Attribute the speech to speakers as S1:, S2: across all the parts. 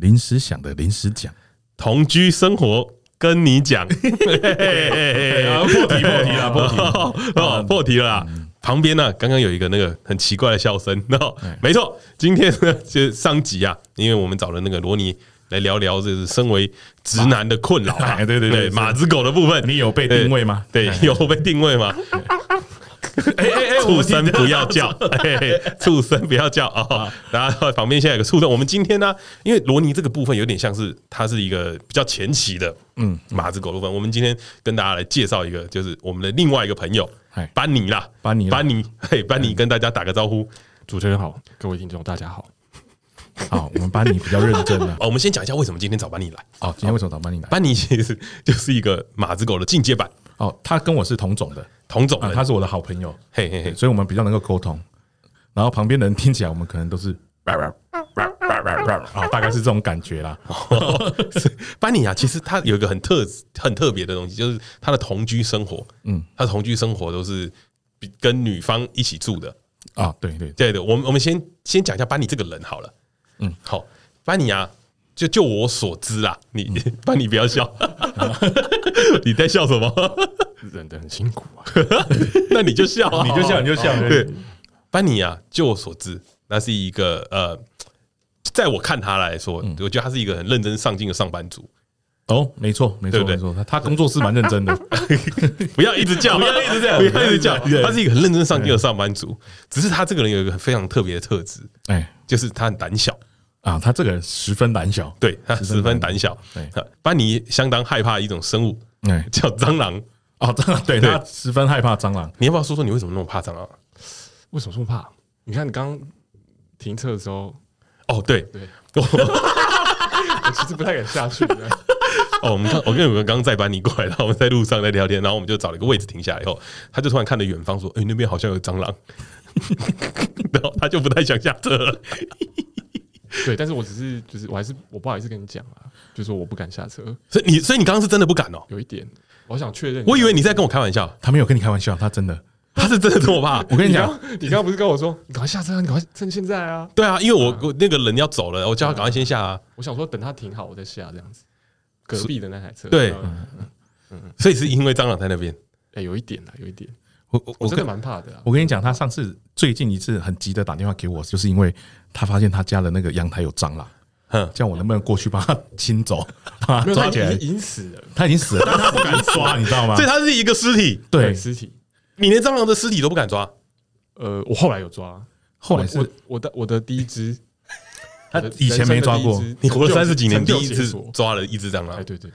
S1: 临时想的临时讲。
S2: 同居生活跟 你讲，嘿嘿嘿
S3: 啊破题破题啦破题 啊
S2: 哦，破题了啦。旁边呢、刚刚有一个那个很奇怪的笑声。 然后，
S3: 哎
S2: 没错，今天呢，就是上集啊，因为我们找了那个罗尼来聊聊，就是身为直男的困扰、啊。
S3: 哎对对对是
S2: 马子狗的部分，
S3: 你有被定位吗
S2: 对，对有被定位吗？
S3: 哎哎 哎，
S2: 畜
S3: 我听啊
S2: 生
S3: 得
S2: 不要叫，嘿嘿畜生不要叫哦。然后旁边现在有个畜生，我们今天呢，因为罗尼这个部分有点像是它是一个比较前期的，嗯，马子狗部分。我们今天跟大家来介绍一个，就是我们的另外一个朋友
S3: 嗨
S2: 班尼啦，
S3: 班尼啦哎
S2: 班尼，嘿，班尼跟大家打个招呼。
S3: 主持人好，各位听众大家 好。
S1: 好，我们班尼比较认真 了。
S2: 哦，我们先讲一下为什么今天找班尼来。
S1: 哦，今天为什么找班尼来？
S2: 班尼其实就是一个马子狗的进阶版，
S1: 哦，他跟我是同种的，
S2: 同种
S1: 啊，
S2: 人
S1: 他，是我的好朋友，
S2: 嘿嘿嘿，
S1: 所以我们比较能够沟通。然后旁边的人听起来，我们可能 都是啊，大概是这种感觉啦。
S2: 班尼啊，其实他有一个很特很特别的东西，就是他的同居生活。嗯，他的同居生活都是比跟女方一起住的。
S1: 啊，对对，
S2: 对的，我们我们先先讲一下班尼这个人好了。嗯，好，班尼啊，就就我所知啦，你、
S3: 嗯
S2: 班尼不要笑，你在笑什么？
S3: 忍得很辛苦啊，
S2: 那你就笑、啊，
S3: 你就笑你就笑
S2: 对，班尼啊，就我所知，那是一个呃，在我看他来说，
S3: 嗯
S2: 我觉得他是一个很认真上进的上班族。
S1: 哦，没错没
S2: 对
S1: 错
S2: 不对
S1: 没错，他他工作是蛮认真 的。
S2: 不要一直叫，不要一直这样，不要一直叫。他是一个很认真上进的上班族，只是他这个人有一个非常特别的特质，
S1: 哎
S2: 就是他很胆小。
S1: 啊，他这个人十分胆小，
S2: 对他十分胆小
S1: 对，
S2: 班尼相当害怕一种生物
S1: 哎
S2: 叫蟑螂。
S1: 哦，蟑螂，对
S2: 对
S1: 他十分害怕蟑螂。
S2: 你要不要说说你为什么那么怕蟑螂？
S4: 为什么这么怕？你看你刚停车的时候，
S2: 哦，对，
S4: 对
S2: 哦，
S4: 我其实不太敢下去。 你知道吗
S2: 哦我们刚我跟你们刚载班尼过来，然后我们在路上在聊天，然后我们就找了一个位置停下来以后，他就突然看着远方说：“哎，那边好像有蟑螂。” 然后他就不太想下车了。
S4: 对，但是我只是就是我还是我不好意思跟你讲啊，就是我不敢下车，
S2: 所以你所以你刚刚是真的不敢哦？
S4: 有一点，我想确认。
S2: 我以为你在跟我开玩笑，
S1: 他没有跟你开玩笑，他真的。
S2: 他是真的这么怕。
S1: 我跟你
S4: 你
S1: 讲，
S4: 刚 你刚刚不是跟我说你赶快下车啊，你赶快趁现在啊？
S2: 对啊，因为我我那个人要走了，我叫他赶快先下啊。
S4: 我想说等他停好我再下这样子。隔壁的那台车，
S2: 对
S4: 嗯
S2: 所以是因为蟑螂在那边。
S4: 哎，有一点啦，有一点，
S1: 我我
S4: 我
S1: 我
S4: 真的
S1: 跟
S4: 蛮怕的啊。
S1: 我跟你讲，他上次最近一次很急的打电话给我，就是因为他发现他家的那个阳台有蟑螂，
S2: 哼，
S1: 叫我能不能过去把它清 走，把
S4: 没
S1: 它抓
S4: 有，他已
S1: 起来
S4: 经。已经死了，
S1: 他已经死了，但他不敢抓，你知道吗
S2: 所以？它是一个尸体，
S1: 对，
S4: 尸体。
S2: 你连蟑螂的尸体都不敢抓。
S4: 呃，我后来有抓，
S1: 后来
S4: 我
S1: 是
S4: 我的我的第一只，
S1: 他
S4: 我的
S1: 以前没抓过
S4: 人生的第一只
S2: 你活了三十几年，第一
S4: 成就
S2: 次
S4: 解锁
S2: 抓了一只蟑
S4: 哎，
S2: 螂，
S4: 对 对，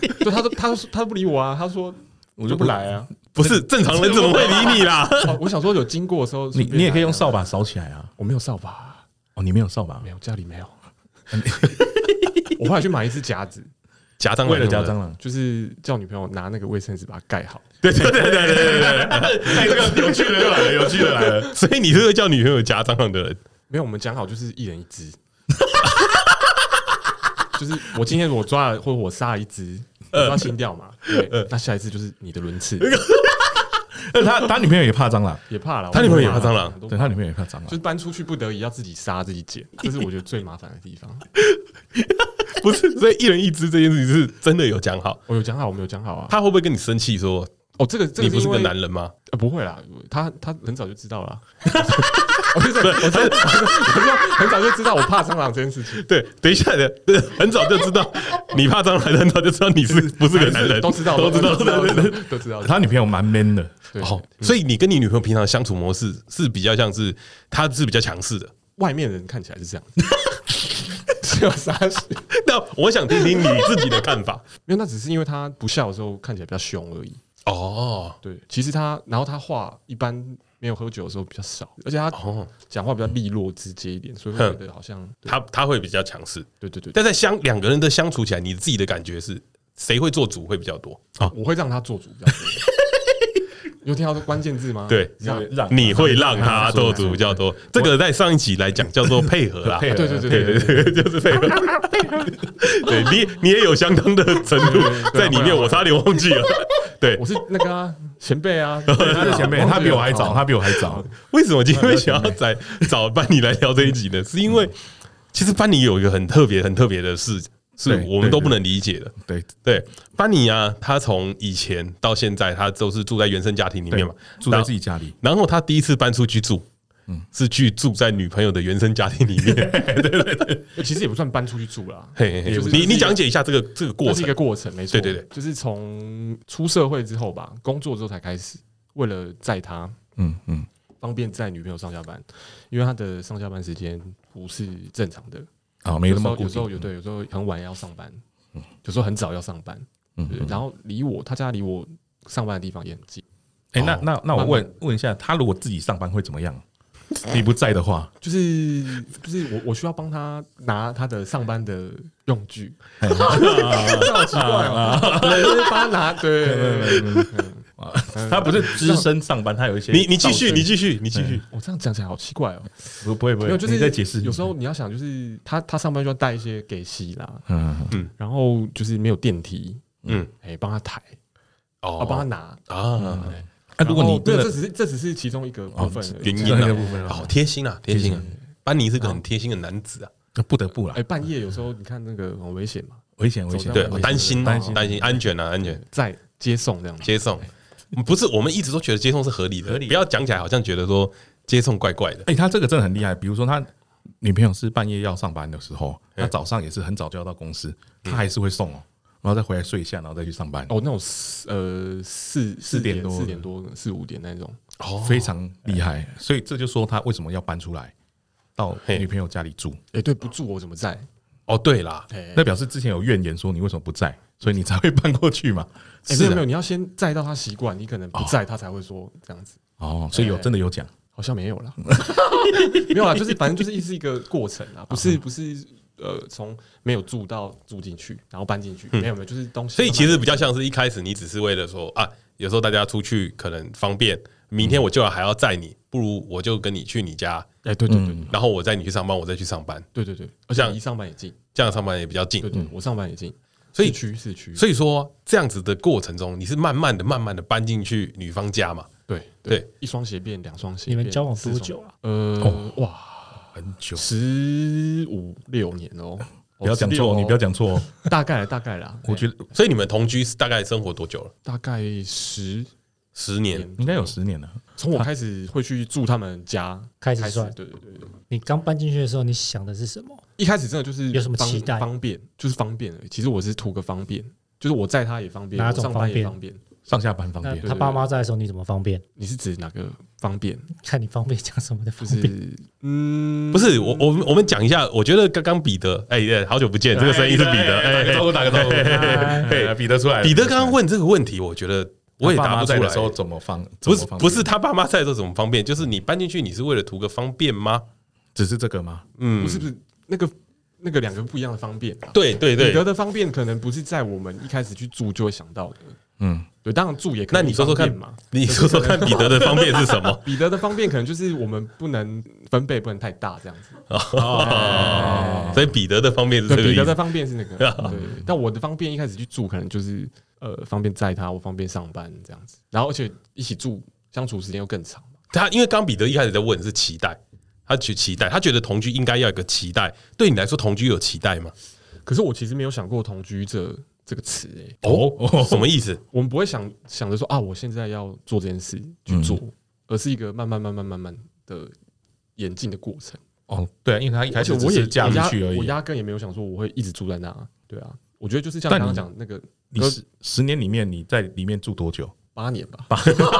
S4: 对就他说，他说他不理我啊，他说我就不来啊。
S2: 不是正常人怎么会理你啦？
S4: 哦，我想说有经过的时候，
S1: 你
S4: 顺便
S1: 你也可以
S4: 来啊
S1: 用扫，把扫起来啊。
S4: 我没有扫把，
S1: 哦，你没有扫把
S4: 没，有家里没有。 我后来去买一只夹子，
S2: 夹蟑螂
S1: 哎为了夹蟑，螂，
S4: 就是叫女朋友拿那个卫生纸把它盖好。
S2: 对不对对对对对对对
S3: 哎，这个有趣的又来了，有趣的来了。
S2: 对。 所以你是会叫女朋友夹蟑螂的人，
S4: 没有，我们讲好就是一人一只。就是我今天我抓了或者我杀了一只，我要清掉嘛。对，那下一次就是你的轮次，
S1: 但呃他他女朋友也怕蟑螂，
S4: 也怕了。
S2: 他女朋友也怕蟑螂
S4: 我都
S1: 对他女朋友也怕蟑
S4: 就
S1: 螂
S4: 是。搬出去不得已要自己杀自己捡，这是我觉得最麻烦的地方。
S2: 不是？所以一人一只这件事情是真的有讲好。
S4: 我有讲好，我没有讲好啊。
S2: 他会不会跟你生气说
S4: 哦，这个这
S2: 你
S4: 个
S2: 不是
S4: 因
S2: 个
S4: 为
S2: 男人吗？
S4: 呃，不会啦，他他很早就知道 了。我是我是我是很早就知道我怕蟑螂这件事情，
S2: 对，等一下的，很早就知道你怕蟑螂，很早就知道你是不是个男人，
S4: 都知道，
S2: 都知道，
S4: 都知道，都知道。
S1: 他女朋友蛮 man 的，
S4: 对，
S2: 哦，所以你跟你女朋友平常相处模式是比较像是，她是比较强势的。
S4: 外面人看起来是这样 子，是有啥事？
S2: 那我想听听你自己的看法。
S4: 没有，那只是因为他不笑的时候看起来比较凶而已。
S2: 哦
S4: 对，其实他，然后他话一般没有喝酒的时候比较少，而且他
S2: 哦，
S4: 讲话比较利落直接一点，所以会
S2: 哼
S4: 觉得好像对
S2: 她她会比较强势，
S4: 对对对，
S2: 但在相两个人的相处起来，你自己的感觉是谁会做主会比较多？哦，
S4: 我会让他做主比较多。有听到这关键字吗？
S2: 对
S4: 让
S1: 让
S2: 你会让他做主比较多。这个在上一集来讲叫做 配合啦，
S1: 配合
S4: 对对对
S2: 对
S4: 对对
S2: 对对，就是配合。对你你也有相当的程度 在里面，我差点忘记了。对
S4: 我，是那个啊前辈啊，
S1: 他是前辈，他比我还
S4: 哦
S1: 早，他比我还早。
S2: 为什么今天会想要在找班尼来聊这一集呢？是因为其实班尼有一个很特别、很特别的事，是
S1: 对
S2: 我们都
S1: 对
S2: 不能理解的。
S1: 对
S2: 对，班尼啊，他从以前到现在，他都是住在原生家庭里
S1: 对
S2: 面嘛，，
S1: 住在自己家里，
S2: 然后他第一次搬出去住，是去住在女朋友的原生家庭里面。
S4: 其实也不算搬出去住啦，
S2: 嘿 嘿
S4: 也不
S2: 嘿，
S4: 是
S2: 你你讲解一下这个这个过
S4: 那是一
S2: 程
S4: 个。过程，没错，
S2: 对对对，
S4: 就是从出社会之后吧，工作之后才开始，为了载他，
S1: 嗯嗯，
S4: 方便载女朋友上下班，因为他的上下班时间不是正常的，
S1: 啊，没
S4: 有
S1: 那
S4: 时
S1: 么
S4: 候
S1: 固
S4: 有时候
S1: 定，
S4: 有对，有时候很晚要上班，有时候很早要上班，
S1: 嗯
S4: 对，然后离我他家离我上班的地方也很近，
S1: 哎、
S2: 哦
S1: 那那那我
S4: 慢慢
S1: 问问一下，他如果自己上班会怎么样？你不在 的话，
S4: 就是就是我我需要帮他拿他的上班的用具，
S1: 嘿 啊
S4: 这好奇 怪哦，对就是帮他拿，对对对对对，
S1: 他不是只身上班，他有一些
S2: 你你继续，
S1: 造
S2: 你
S1: 型
S2: 继续，你继续。
S4: 我这样讲起来好奇怪哦，
S1: 不不会不
S4: 没有
S1: 会，
S4: 就是
S1: 你在解释，
S4: 有时候你要想，就是他他上班就要带一些给息啦，
S1: 嗯，
S4: 然后就是没有电梯，
S2: 嗯，
S4: 哎，帮他抬，
S2: 哦
S4: 要帮他拿。
S2: 啊，
S1: 那、如果
S4: 然
S1: 你
S4: 后哦对，
S1: 真的
S4: 这只是这只是其中一个部分而已
S2: 原。
S1: 这
S2: 因
S1: 个
S2: 啊
S1: 部分啊
S2: 好贴心啊，贴心啊
S1: 贴。
S2: 班尼是个很贴心的男子啊，
S1: 不得不啦
S4: 哎，，半夜有时候你看那个很危险嘛，
S1: 危险危险，
S2: 对
S4: 走，
S2: 我
S4: 到
S2: 担心担
S1: 担
S2: 心
S1: 心
S2: 担心安全啊，安全
S4: 在接送这样子。
S2: 接送，不是我们一直都觉得接送是合理的，不要讲起来好像觉得说接送怪怪的。
S1: 哎、他这个真的很厉害。比如说，他女朋友是半夜要上班的时候，
S2: 嗯
S1: 他早上也是很早就要到公司，他还是会送哦，然后再回来睡一下，然后再去上班，
S4: 哦，那种四呃四四
S1: 点
S4: 点
S1: 多
S4: 四点多四五点那种，
S2: 哦
S1: 非常厉害。所以这就说他为什么要搬出来到
S2: 嘿
S1: 女朋友家里住，
S4: 哎，对，不住我怎么在？
S2: 哦，对啦，
S4: 哎，
S1: 那表示之前有怨言说你为什么不在，所以你才会搬过去 嘛。
S4: 哎没
S1: 是啊
S4: 有没
S1: 的
S4: 有，你要先载到他习惯，你可能不在他才会说这样子。
S1: 哦，所以有真的有讲，
S4: 好像没有啦， 没有啦，啊就是反正就是是一个过程啊，不是不是呃，从没有住到住进去，然后搬进去，没有没有，就是东西
S2: 所
S4: 慢慢。
S2: 以其实比较像是一开始你只是为了说啊，有时候大家出去可能方便，明天我就还要载你，不如我就跟你去你家，
S4: 哎，对对对对
S2: 然后我载你去上班，我再去上班，
S4: 对对对，
S2: 这
S4: 而且
S2: 样
S4: 离上班也近，
S2: 这样上班也比较近
S4: 对。对，我上班也近，
S2: 所以
S4: 市区市区，
S2: 所以说这样子的过程中，你是慢慢的、慢慢的搬进去女方家嘛？
S4: 对
S2: 对
S4: 对，一双鞋变两双鞋
S5: 你
S4: 变，
S5: 们交往
S4: 四
S5: 多
S4: 双？
S5: 久啊？
S4: 呃，哇，
S1: 很久。
S4: 十五六年哦，
S1: 不要讲错，你不要
S4: 讲，
S1: 讲错哦。
S4: 大概大概啦，
S1: 我觉
S4: 得
S1: 得
S2: 所以你们同居是大概生活多久了？
S4: 大概十
S2: 十年。
S4: 年，
S1: 应该有十年了。
S4: 从我开始会去住他们家
S5: 开始算
S4: 对对对对。
S5: 你刚搬进去的时候，你想的是什么？
S4: 一开始真的就是
S5: 有什么
S4: 方
S5: 期待
S4: 方便就是方便而已。其实我是图个方便，就是我在他也方便，
S5: 哪
S4: 我
S5: 种
S4: 上班也方
S5: 方
S4: 便。
S1: 上下班方
S5: 那
S1: 便，
S5: 他爸妈在的时候，你怎么方便？
S4: 你是指哪个方便？
S5: 看你方便讲什么的方
S4: 就
S5: 便。
S4: 是嗯，
S2: 不是我，我们我们讲一下。我觉得刚刚彼得，哎、哎好久不见，这个声音是彼得。哎、哎
S1: 打个招呼，打个招呼
S5: 哎
S1: 哎，彼得出来了。
S2: 彼得刚刚问这个问题，我觉得我也
S1: 他爸
S2: 答
S1: 妈
S2: 不出
S1: 在
S2: 来
S1: 的时。候怎么放？
S2: 不
S1: 怎
S2: 是
S1: 么放
S2: 不是，他爸妈在的时候怎么方便？就是你搬进去，你是为了图个方便吗？
S1: 只是这个吗？
S2: 嗯，
S4: 不是不是那个那个两个不一样的方便啊。
S2: 对对
S4: 彼得
S2: 对。
S4: 的方便可能不是在我们一开始去住就会想到的。
S1: 嗯，
S4: 对，当然住也可
S2: 那
S4: 能
S2: 你说说看
S4: 方便嘛。
S2: 你说说看，彼得的方便是什么？
S4: 彼得的方便可能就是我们不能分贝不能太大这样子，
S2: 哦， 所以彼得的方便是这
S4: 对
S2: 个
S4: 彼
S2: 意
S4: 得的
S2: 思。
S4: 方便是 那个，对。但我的方便一开始去住可能就是呃方便载他，我方便上班这样子，然后而且一起住相处时间又更长。
S2: 他因为刚彼得一开始在问是期待，他去期待，他觉得同居应该要有个期待。对你来说，同居有期待吗？
S4: 可是我其实没有想过同居这这个词诶、
S2: 哦，什么意思？
S4: 我们不会想想着说啊，我现在要做这件事去做，
S2: 嗯
S4: 而是一个慢慢慢慢慢慢的演进的过程。
S1: 哦，对啊，因为他一开
S4: 而且
S1: 始
S4: 我
S1: 只
S4: 也
S1: 是嫁出去而
S4: 我压我
S1: 已。
S4: 压根也没有想说我会一直住在那，对啊，我觉得就是像
S1: 但
S4: 刚
S1: 你
S4: 刚讲那个
S1: 你十十年里面你在里面住多久？
S4: 八年吧，没有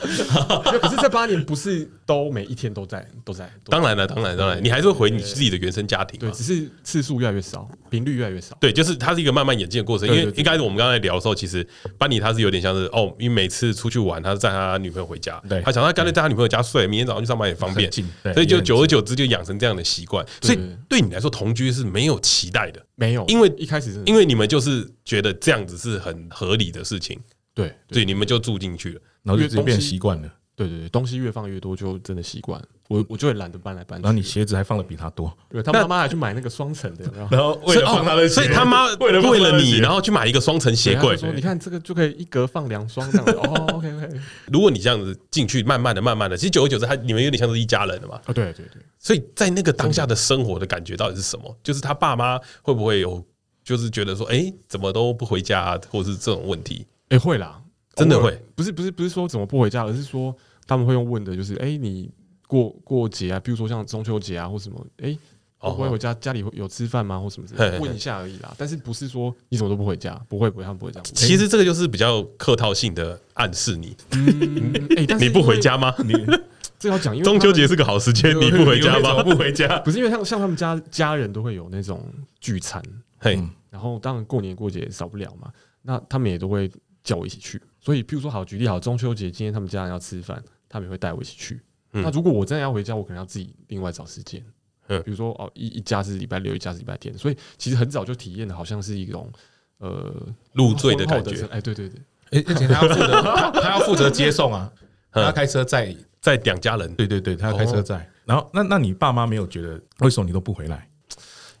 S4: 可是这八年不是都每一天都在都在，都在
S2: 当然了，当然，当然，你还是会回你自己的原生家庭
S4: 对，
S2: 嘛。
S4: 只是次数越来越少，频率越来越少。
S2: 对，就是它是一个慢慢演进的过程。因
S4: 对
S2: 为
S4: 对对
S2: 一开始我们刚才聊的时候，其实班尼他是有点像是哦，因为每次出去玩，他是载他女朋友回家
S1: 对，
S2: 他想他干脆在他女朋友家睡，明天早上去上班也方便
S1: 很近，对
S2: 所以
S1: 也
S2: 就
S1: 很近
S2: 久而久之就养成这样的习惯。所
S4: 对
S2: 以对你来说，同居是没有期待的，
S4: 没有，
S2: 因为
S4: 一开始真的
S2: 因为你们就是觉得这样子是很合理的事情，
S4: 对
S2: 所以你们就住进去了。
S1: 然后就
S4: 因为
S1: 直接变
S4: 东西
S1: 习惯了。
S4: 对对对，东西越放越多，就真的习惯。我我就会懒得搬来搬去。
S1: 然后你鞋子还放的比他多，
S4: 对他妈妈还去买那个双层的，然后
S3: 然后为了放他的鞋，
S2: 所以他妈
S3: 为了放
S2: 为
S3: 他
S2: 了
S3: 的
S2: 你，
S3: 鞋啊
S2: 然后去买一个双层鞋
S4: 对他就
S2: 柜。
S4: 说你看这个就可以一格放两双这样子。哦，OK OK，
S2: 如果你这样子进去，慢慢的、慢慢的，其实久而久之，他你们有点像是一家人了嘛。
S3: 哦，对对对，
S2: 所以在那个当下的生活的感觉到底是什么？就是他爸妈会不会有，就是觉得说，哎、怎么都不回家、啊，或者是这种问题？
S4: 哎会啦，
S2: 真的
S4: 偶尔
S3: 哎
S2: 会，
S4: 不是不是不是说怎么不回家，而是说他们会用问的，就是哎、你过过节啊，比如说像中秋节啊或什么，哎、
S2: 哦
S4: 会不会回家？家里会有吃饭吗？或什么之
S2: 嘿
S4: 类
S2: 嘿
S4: 的，
S2: 嘿
S4: 问一下而已啦。但是不是说你怎么都不回家？不会不会，他们不会 这样问。
S2: 其实这个就是比较客套性的暗示你，
S4: 嗯哎、但是
S2: 你不回，家吗？
S4: 这要讲，因为
S2: 中秋节
S4: 他
S2: 是个好时间，
S4: 因为
S2: 你不回家
S3: 你为什
S2: 吗
S3: 么？不回家
S4: 们，不是因为像像他们家家人都会有那种聚餐，
S2: 嘿，
S4: 然后当然过年过节也少不了嘛，那他们也都会叫我一起去。所以，譬如说好举例好，中秋节今天他们家人要吃饭，他们也会带我一起去。
S2: 嗯
S4: 那如果我真的要回家，我可能要自己另外找时间。
S2: 嗯
S4: 比如说哦，一一家是礼拜六，一家是礼拜天，所以其实很早就体验的，好像是一种呃
S2: 入赘的感
S4: 婚后
S2: 觉
S3: 嗯
S4: 生，哎，对对对，
S1: 而而且他要负 责，他他要负责接送 啊，他要开车载，哦
S2: 在两家人
S1: 对对对，他要开车载。然后那那你爸妈没有觉得为什么你都不回来？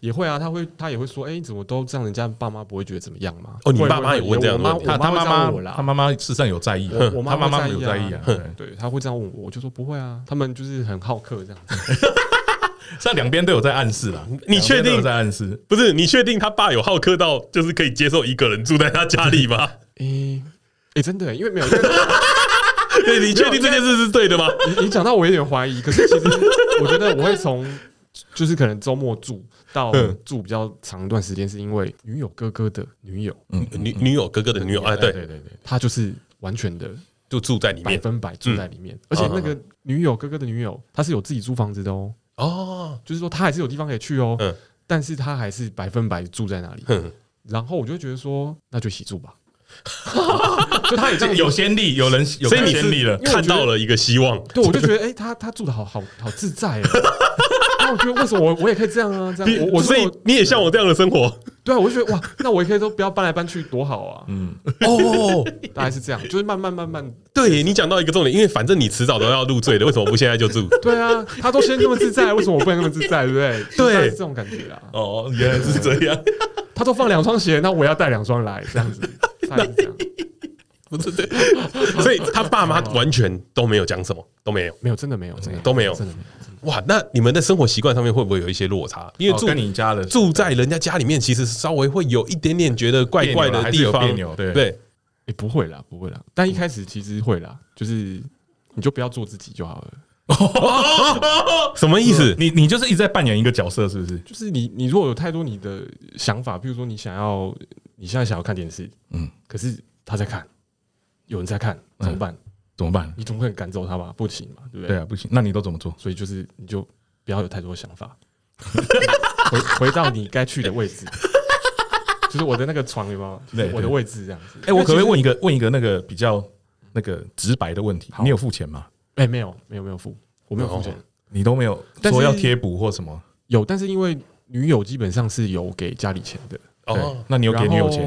S4: 也会啊，他会他也会说，哎，你怎么都这样，人家爸妈不会觉得怎么样吗？
S2: 哦你
S4: 会
S2: 爸妈
S4: 会
S2: 也问这样
S4: 我
S2: 的
S4: 妈
S2: 问题
S4: 我
S1: 他他
S4: 会
S1: 妈
S4: 这样问
S1: 妈
S4: 我啦
S1: 他妈妈事实上有在意啊，
S4: 我我妈
S1: 他妈妈
S4: 会在
S1: 有
S4: 意
S1: 在
S4: 啊
S1: 意啊。
S2: 哼
S1: 对
S4: 对，他会这样问我，我就说不会啊，他们就是很好客这样子。
S1: 这两边都有在暗示啦。
S2: 你确定
S1: 两边都有在暗示？
S2: 不是你确定他爸有好客到就是可以接受一个人住在他家里吗？
S4: 诶、诶，真的、因为没有，因为
S2: 对你确定这件事是对的吗？
S4: 你你讲到我有点怀疑，可是其实我觉得我会从就是可能周末住到
S2: 嗯
S4: 住比较长一段时间，是因为女友哥哥的女友，
S2: 嗯女女友哥哥的女友，哎，对，
S4: 对对对，她就是完全的
S2: 就住在里
S4: 百
S2: 面嗯
S4: 分百住在里面，而且那个女友哥哥的女友，她是有自己租房子的哦，
S2: 哦，
S4: 就是说她还是有地方可以去哦，
S2: 嗯
S4: 但是她还是百分百住在那里，
S2: 哼，
S4: 然后我就会觉得说，那就一起 住吧，就她也这样
S1: 有先例，有人有
S2: 所以你
S1: 先例
S2: 是
S1: 了。
S2: 看到了一个希望，
S4: 对，我就觉得，哎、他他住的好好好自在、哦。 那我觉得为什么我我也可以这样啊？这
S2: 你
S4: 样我我
S2: 所以
S4: 如果
S2: 你也像我这样的生活
S4: 对啊，我就觉得哇，那我也可以都不要搬来搬去，多好啊！
S1: 嗯，
S2: 哦。
S4: 大概是这样，就是慢慢慢慢，
S2: 对你讲到一个重点，因为反正你迟早都要入赘的，为什么不现在就住？
S4: 对啊，他都先那么自在，为什么我不能那么自在？对不对？就是大概是这种感觉啊。
S2: 哦，原来是这样，
S4: 他都放两双鞋，那我要带两双来，这样子，大概 是这样。
S2: 不是对， 所以他爸妈完全都没有讲什么，都没有，
S4: 没有，真的没有，真的
S2: 都没有
S4: 真的没有。
S2: 哇，那你们的生活习惯上面会不会有一些落差？因为
S1: 哦
S2: 住
S1: 跟你家的
S2: 住在人家家里面，其实稍微会有一点点觉得怪怪的地方
S1: 别扭啦还是有别扭，对
S2: 对，
S4: 哎、不会啦，不会啦。但一开始其实会啦，就是你就不要做自己就好了。
S2: 什么意思？
S1: 你你就是一直在扮演一个角色，是不是？
S4: 就是你，你如果有太多你的想法，比如说你想要，你现在想要看电视，
S1: 嗯
S4: 嗯，可是他在看，有人在看，怎么办？
S1: 怎么办？
S4: 你总不能赶走他吧？不行嘛，对不对？
S1: 对啊，不行，那你都怎么做？
S4: 所以就是你就不要有太多想法， 回回到你该去的 位置，就是我的那个床有没有？就是
S1: 对
S4: 我的位置这样子。
S1: 哎，我可不可以问一个问一个那个比较那个直白的问题？
S4: 好
S1: 你有付钱吗？
S4: 哎、没有，没有，没有付，我没有付钱，
S1: 你都没有
S4: 但是
S1: 说要贴补或什么？
S4: 有，但是因为女友基本上是有给家里钱的，
S1: 哦
S2: 哦，，
S1: 那你有给女友钱？？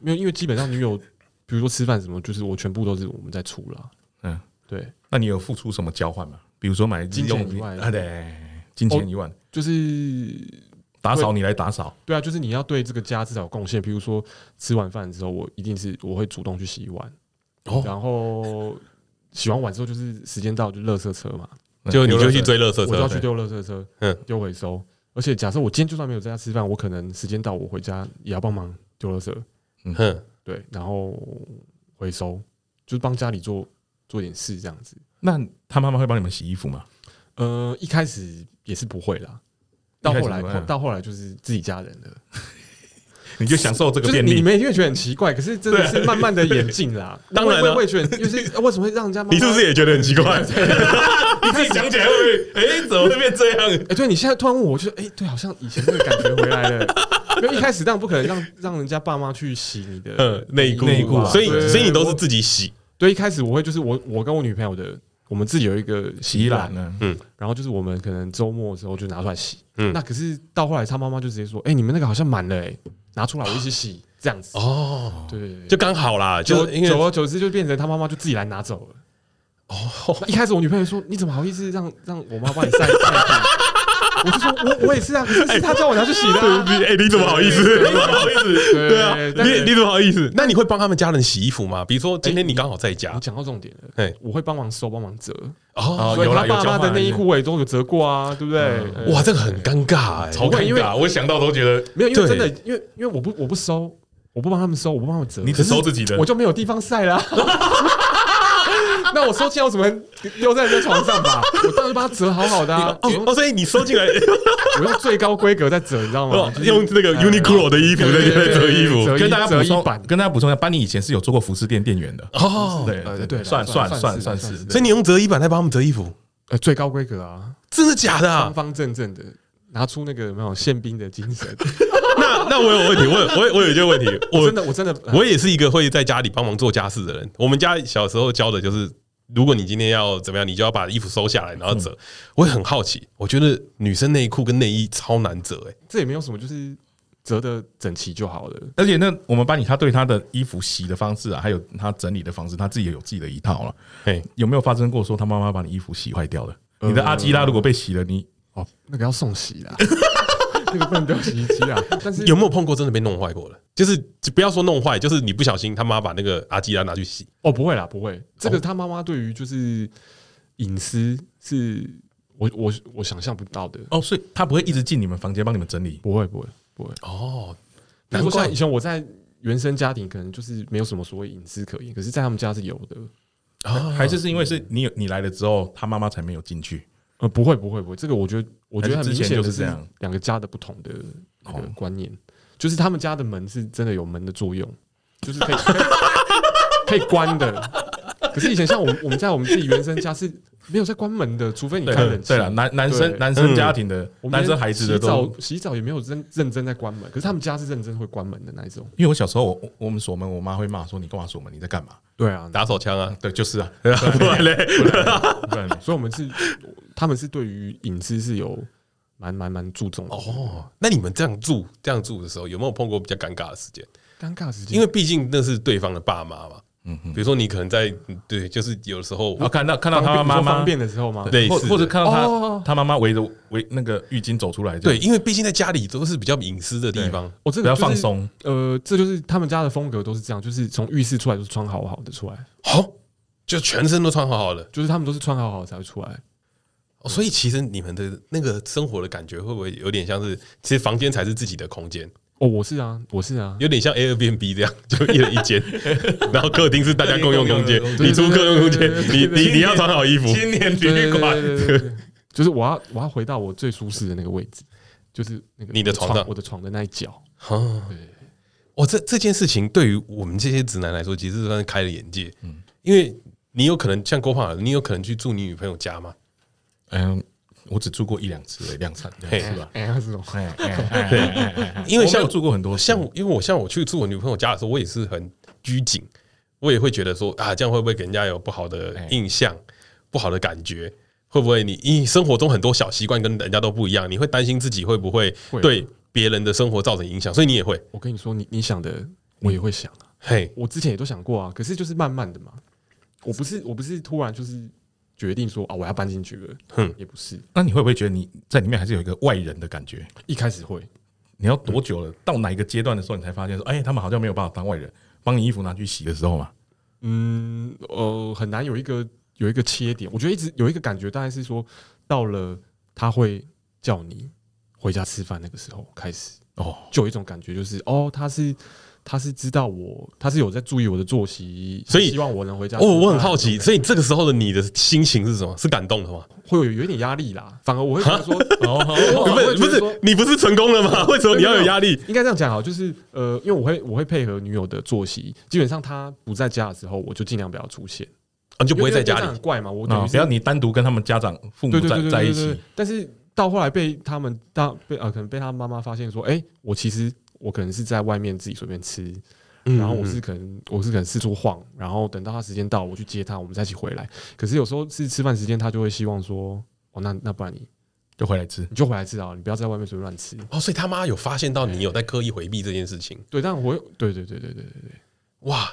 S4: 没有，因为基本上女友，比如说吃饭什么，就是我全部都是我们在出了。
S1: 嗯
S4: 嗯，对，
S1: 那你有付出什么交换吗？比如说买日
S4: 金钱
S1: 用品
S4: 以外
S1: 啊，对，金钱一万，
S4: 就是
S1: 打扫你来打扫，
S4: 对啊，就是你要对这个家至少有贡献。比如说吃完饭之后，我一定是我会主动去洗碗，
S2: 哦
S4: 然后洗完碗之后就是时间到就垃圾车嘛，
S2: 就你
S1: 嗯
S2: 就去追乐色
S4: 我就要
S2: 车，
S4: 去丢垃圾车，
S2: 嗯
S4: 嗯，丢回收。而且假设我今天就算没有在家吃饭，我可能时间到我回家也要帮忙丢垃圾，
S2: 哼，
S4: 对，然后回收，就是帮家里做做点事这样子。
S1: 那他妈妈会帮你们洗衣服吗？
S4: 呃，一开始也是不会啦，到后
S1: 一开始
S4: 来
S1: 不会啊
S4: 到后来就是自己家人了，
S1: 你就享受这个
S4: 就是
S1: 便
S4: 你
S1: 利
S4: 你，们一定会觉得很奇怪，可是真的是慢慢的演进啦。
S2: 当然了
S4: 我也觉得就是呃为什么会让人家妈妈
S2: 你是不是？也觉得很奇怪？ 你自己讲起来会不会？哎，怎么会变这样？
S4: 哎，对你现在突然问我，我就哎，对，好像以前那个感觉回来了。 因为一开始当然不可能让让人家爸妈去洗你的
S2: 嗯，内裤
S1: 内裤啊，
S2: 所以
S4: 对
S2: 所以你都是自己洗，
S4: 对，一开始我会就是我我跟我女朋友的，我们自己有一个
S1: 洗衣篮，
S2: 啊
S1: 啊呢？
S4: 然后就是我们可能周末的时候就拿出来洗。
S2: 嗯
S4: 那可是到后来他妈妈就直接说，哎，你们那个好像满了，哎，拿出来我一起洗，这样子。
S2: 哦，
S4: 对对对，
S2: 就刚好啦，
S4: 久
S2: 就因为
S4: 久而久之就变成他妈妈就自己来拿走了。
S2: 哦
S4: 那一开始我女朋友说：“你怎么好意思让让我妈帮你晒晒 地？”我就说：“我我也是啊，可是是她叫我拿去洗的啊、
S2: 你哎，你怎么好意思？你怎么好意思？
S4: 对
S2: 对啊，
S4: 哎但是
S2: 你你怎么好意思？那你会帮他们家人洗衣服吗？比如说今天你刚好在家
S4: 你，讲到重点了，
S2: 哎，
S4: 我会帮忙收，帮忙折。
S2: 哦
S4: 所以
S2: 有啦
S4: 他
S2: 有
S4: 爸
S2: 交
S4: 妈的
S2: 换嗯
S4: 内衣裤我也都有折过啊，对不对？
S2: 哇，这个很尴尬哎，
S4: 超尴尬
S2: 因为我想到都觉得
S4: 没有，因为真的
S2: 对，
S4: 因为因为我不我不收，我不帮他们收，我不帮他们折，
S2: 你只收自己的
S4: 我就没有地方晒 啦。那我收进来，我怎么丢在人家床上吧？我当然帮他折好好的啊，我
S2: 哦
S4: 用
S2: 哦，所以你收进来
S4: 我用最高规格在折，你知道吗
S2: 哦？用那个 Uniqlo 的衣服在
S4: 对对
S2: 在
S4: 对
S2: 折衣服
S4: 折
S1: 跟大家
S4: 折
S1: 补
S4: 一
S1: 充
S4: 版，
S1: 跟大家补充一下，班尼以前是有做过服饰店店员的，
S2: 哦，
S1: 对
S4: 呃对啦
S1: 算
S4: 算
S1: 算
S4: 算
S1: 算
S4: 是
S1: 算
S4: 算
S1: 是
S4: 是，
S2: 所以你用折衣板在帮他们折衣服，
S4: 呃，最高规格啊，
S2: 真的假的
S4: 方
S2: 啊？
S4: 方正正的，拿出那个有没有宪兵的精神？
S2: 那那我有问题，我有我有我有一个 问题，
S4: 我
S2: 我
S4: 真的我真的呃
S2: 我也是一个会在家里帮忙做家事的人。我们家小时候教的就是，如果你今天要怎么样，你就要把衣服收下来，然后折。我也很好奇，我觉得女生内裤跟内衣超难折、欸，
S4: 这也没有什么，就是折的整齐就好了。
S1: 而且那我们班里他对他的衣服洗的方式啊，还有他整理的方式，他自己也有自己的一套了。
S2: 哎，
S1: 有没有发生过说他妈妈把你衣服洗坏掉了？
S4: 呃
S1: 你的阿基拉如果被洗了，你
S4: 哦，那个要送洗啦， 那个不能丢洗衣机啦。但是
S2: 有没有碰过真的被弄坏过了？就是就不要说弄坏，就是你不小心他妈把那个阿基拉拿去洗，
S4: 哦，不会啦，不会。这个
S2: 哦
S4: 他妈妈对于就是隐私是我我我想象不到的。
S1: 哦，所以他不会一直进你们房间帮你们整理。
S4: 不会，不会，不会。
S2: 哦，
S4: 比如
S2: 难
S4: 说
S2: 怪
S4: 像以前我在原生家庭，可能就是没有什么所谓隐私可言，可是在他们家是有的。哦
S2: 啊
S1: 还是是因为是你有你来了之后，他妈妈才没有进去。
S4: 呃，不会，不会，不会。这个我觉得，我觉得
S1: 还
S4: 很
S1: 是
S4: 明
S1: 之前
S4: 显的
S1: 就是这样，
S4: 两个家的不同的那个
S1: 哦
S4: 观念，就是他们家的门是真的有门的作用，就是 可以可以关的。可是以前像我们我们在我们自己原生家是没有在关门的，除非你
S1: 对
S4: 开冷气。
S1: 对了，男男生
S4: 对嗯
S1: 男生家庭的
S4: 我们
S1: 男生孩子的
S4: 洗
S1: 都，
S4: 澡洗澡也没有认认真在关门，可是他们家是认真会关门的那一种。
S1: 因为我小时候我我我们锁门，我妈会骂说你干嘛锁门？你在干嘛？
S4: 对啊，
S2: 打手枪啊，
S1: 对，就 是啊，
S2: 不然嘞，
S1: 不然
S4: 所以我们是他们是对于隐私是有蛮蛮蛮注重的。
S2: 哦，那你们这样住这样住的时候，有没有碰过比较尴尬的时间？
S4: 尴尬时间，
S2: 因为毕竟那是对方的爸妈嘛。
S1: 嗯
S2: 比如说你可能在对，就是有的时候
S1: 然后啊看到看到
S4: 方便
S1: 他
S4: 你
S1: 妈
S4: 说
S1: 妈
S4: 方便的时候 吗？
S2: 类
S1: 或
S2: 似的
S1: 或者看到
S4: 哦
S1: 他他妈妈围着围那个浴巾走出来，
S2: 对，，因为毕竟在家里都是比较隐私的地方。
S4: 我这
S1: 不
S4: 个
S1: 要
S4: 就是
S1: 放松。
S4: 呃，这就是他们家的风格都是这样，就是从浴室出来就是穿好好的出来，
S1: 嗯
S2: 好、哦就全身都穿好好的、
S4: 就是他们都是穿好好才会出来。
S2: 哦所以其实你们的那个生活的感觉会不会有点像是，其实房间才是自己的空间，
S4: 哦，我是啊，我是啊，
S2: 有点像 Airbnb 这样，就一人一间，然后客厅是大家共用空间，
S1: 对
S2: 你租客用空
S4: 对
S2: 间
S4: 对，
S2: 你
S4: 对对对
S2: 你你要穿好衣服。
S1: 青年
S4: 对对对对对对对，就是我要我要回到我最舒适的那个位置，就是那个
S2: 你的
S4: 我
S2: 床上
S4: 我的床的那一角。
S2: 哦，哦，这这件事情对于我们这些直男来说，其实算是开了眼界。嗯，因为你有可能像郭胖，你有可能去住你女朋友家嘛？
S1: 嗯，我只住过一两次而已，两场两次吧。
S4: 哎，那是什么？
S1: 哎 哎哎哎哎哎
S2: 因为像
S1: 我没有住过很多次，
S2: 像
S4: 嗯
S2: 我因为我像我去住我女朋友家的时候，我也是很拘谨，我也会觉得说啊，这样会不会给人家有不好的
S4: 哎
S2: 印象、不好的感觉？会不会你因为生活中很多小习惯跟人家都不一样，你会担心自己会不会
S4: 会
S2: 对别人的生活造成影响？所以你也会，
S4: 我跟你说，你你想的我也会想啊，
S2: 嘿，
S4: 我之前也都想过啊，可是就是慢慢的嘛，我不是我不是突然就是决定说啊我要搬进去了，
S2: 哼
S4: 也不是，
S1: 那你会不会觉得你在里面还是有一个外人的感觉？
S4: 一开始会，
S1: 你要多久了？到哪一个阶段的时候，你才发现说，哎，他们好像没有把我当外人。帮你衣服拿去洗的时候嘛，
S4: 嗯，呃，很难有一个有一个切点。我觉得一直有一个感觉，大概是说到了他会叫你回家吃饭那个时候开始，
S1: 哦，
S4: 就有一种感觉，就是哦，他是他是知道我，他是有在注意我的作息，
S2: 所以
S4: 希望我能回家吃
S2: 哦，
S4: 饭。
S2: 我很好
S4: 啊
S2: 奇，所以这个时候的你的心情是什么？是感动的吗？
S4: 会有有一点压力啦。反而我会觉得说，
S1: 哦，
S4: 我
S2: 不
S4: 会
S2: 是
S4: 觉
S2: 不
S4: 得说
S2: 是，你不是成功了吗？为什么你要有压力？
S4: 应该这样讲好，就是呃，因为我会我会配合女友的作息，基本上她不在家的时候，我就尽量不要出现，
S2: 啊，你就不会在
S4: 因为
S2: 家
S4: 这样
S2: 里啊
S4: 很怪嘛。我等
S1: 那
S4: 于
S1: 不
S4: 是
S1: 要你单独跟他们家长父母
S4: 对对
S1: 在
S4: 对对
S1: 在一
S4: 对对
S1: 起
S4: 对，但是到后来被他们当被呃，可能被他妈妈发现说，哎、我其实我可能是在外面自己随便吃，
S2: 嗯
S4: 然后我是可能我是可能四处晃，然后等到他时间到，我去接他，我们再一起回来。可是有时候是吃饭时间，他就会希望说，哦，那那不然你
S1: 就回来吃。
S4: 你就回来吃啊，你不要在外面随便乱吃。
S2: 哦，所以他妈有发现到你有在刻意回避这件事情，
S4: 对，但我会对对对对对对对，
S2: 哇！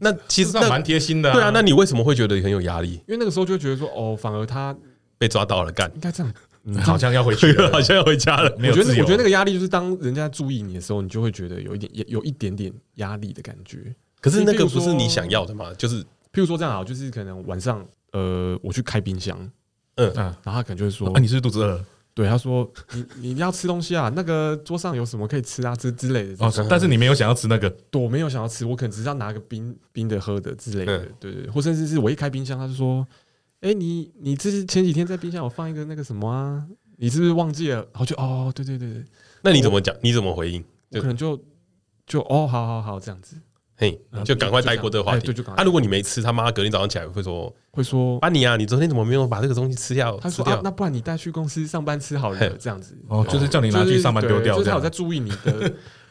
S2: 那其实
S3: 这样
S2: 那
S3: 蛮贴心的、
S2: 对啊，那你为什么会觉得很有压力？
S4: 因为那个时候就觉得说，哦，反而他
S2: 被抓到了，干，
S4: 应 该这样。
S1: 好像要回去 了，
S2: 好像要回家了。
S1: 没有
S4: 我觉得
S1: 自
S4: 那，
S1: 由。
S4: 我觉得那个压力就是当人家注意你的时候，你就会觉得有一点，也有一点点压力的感觉。
S2: 可是那个不
S4: 你比
S2: 是
S4: 如说
S2: 你想要的嘛？就是
S4: 譬如说这样啊，就是可能晚上，呃，我去开冰箱，
S2: 嗯
S4: 然后他可能就会说
S1: 啊，，你是不是肚子饿了？
S4: 对，他说你你要吃东西啊，那个桌上有什么可以吃啊之之类的这种。
S1: 哦， 但是你没有想要吃那个，
S4: 对我没有想要吃，我可能只是要拿个冰冰的喝的之类的
S2: 嗯，
S4: 对对对，或甚至是我一开冰箱，他就说，哎，你你这是前几天在冰箱有放一个那个什么啊，你是不是忘记了？然后就哦，对对对对，
S2: 那你怎么讲？你怎么回应？
S4: 我可能就就哦，好好好这样子，
S2: 嘿，就赶快带过这个话
S4: 哎
S2: 题
S4: 对，。就赶
S2: 啊，
S4: 快
S2: 如果你没吃，他妈隔天早上起来会说
S4: 会说，
S2: 啊，你啊，你昨天怎么没有把这个东西吃掉？
S4: 他
S2: 吃
S4: 说
S2: 掉
S4: 啊，？那不然你带去公司上班吃好了，
S2: 嘿
S4: 这样子。
S1: 哦，就是叫你拿
S4: 就是
S1: 去上班丢
S4: 对
S1: 掉
S4: 就
S1: 这
S4: 是他
S1: 样
S4: 有在。注意你 的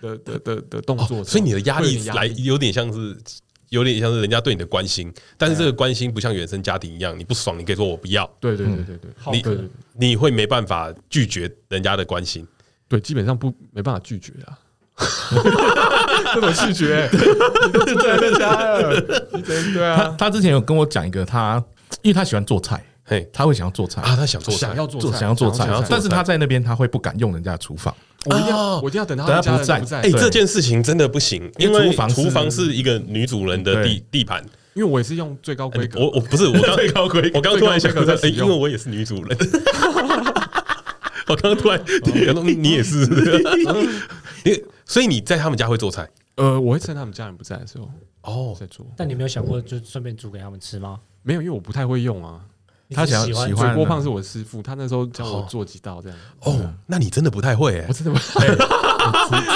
S4: 的的的的动作，
S2: 哦所以你的压
S4: 会有
S2: 力
S4: 点
S2: 来有点像是。有点像是人家对你的关心，但是这个关心不像原生家庭一样，你不爽你可以说我不要，
S4: 对对
S1: 嗯
S4: 对对对，好
S2: 你
S4: 对对对
S2: 你会没办法拒绝人家的关心。
S4: 对，基本上不没办法拒绝 啊。这种拒 绝，你都住在人家了，你真对
S1: 他
S4: 啊，
S1: 他之前有跟我讲一个，他因为他喜欢做菜，
S2: 嘿
S1: 他会想要做菜
S2: 啊，他想做菜
S4: 想要做
S1: 做
S4: 菜，
S1: 想要做菜
S4: 想要，
S1: 但是他在那边他会不敢用人家的厨房，
S4: 我一定
S2: 哦
S4: 要，我一定要等他
S1: 等他
S4: 们家
S1: 不
S4: 人
S1: 在
S4: 不在，
S2: 哎，
S4: 对
S2: 这件事情真的不行，因
S1: 因
S2: 为
S1: 为
S2: 厨
S1: 厨
S2: 房
S1: 房是
S2: 厨房是一个女主人的地地盘。
S4: 因为我也是用最高规
S1: 哎
S4: 格，
S2: 我我不是我 刚
S1: 最高规格
S2: 我刚突然想
S4: 最高规格
S2: 到，
S4: 在
S2: 哎，
S4: 使
S2: 因
S4: 用
S2: 为我也是女主人。我刚刚突然，你也 是，你所以你在他们家会做菜
S4: 呃，我会趁他们家人不在的时候
S2: 哦，
S4: 在做，
S5: 但你没有想过就顺便煮给他们吃吗？
S4: 没有，因为我不太会用啊。
S5: 你
S1: 他
S5: 只是
S1: 想要
S5: 喜
S1: 喜
S5: 欢
S1: 欢啊
S4: 水锅胖是我师傅，他那时候教我做几道这样，
S1: 嗯
S2: 哦，那你真的不太会哎
S4: 我，真的不
S1: 厨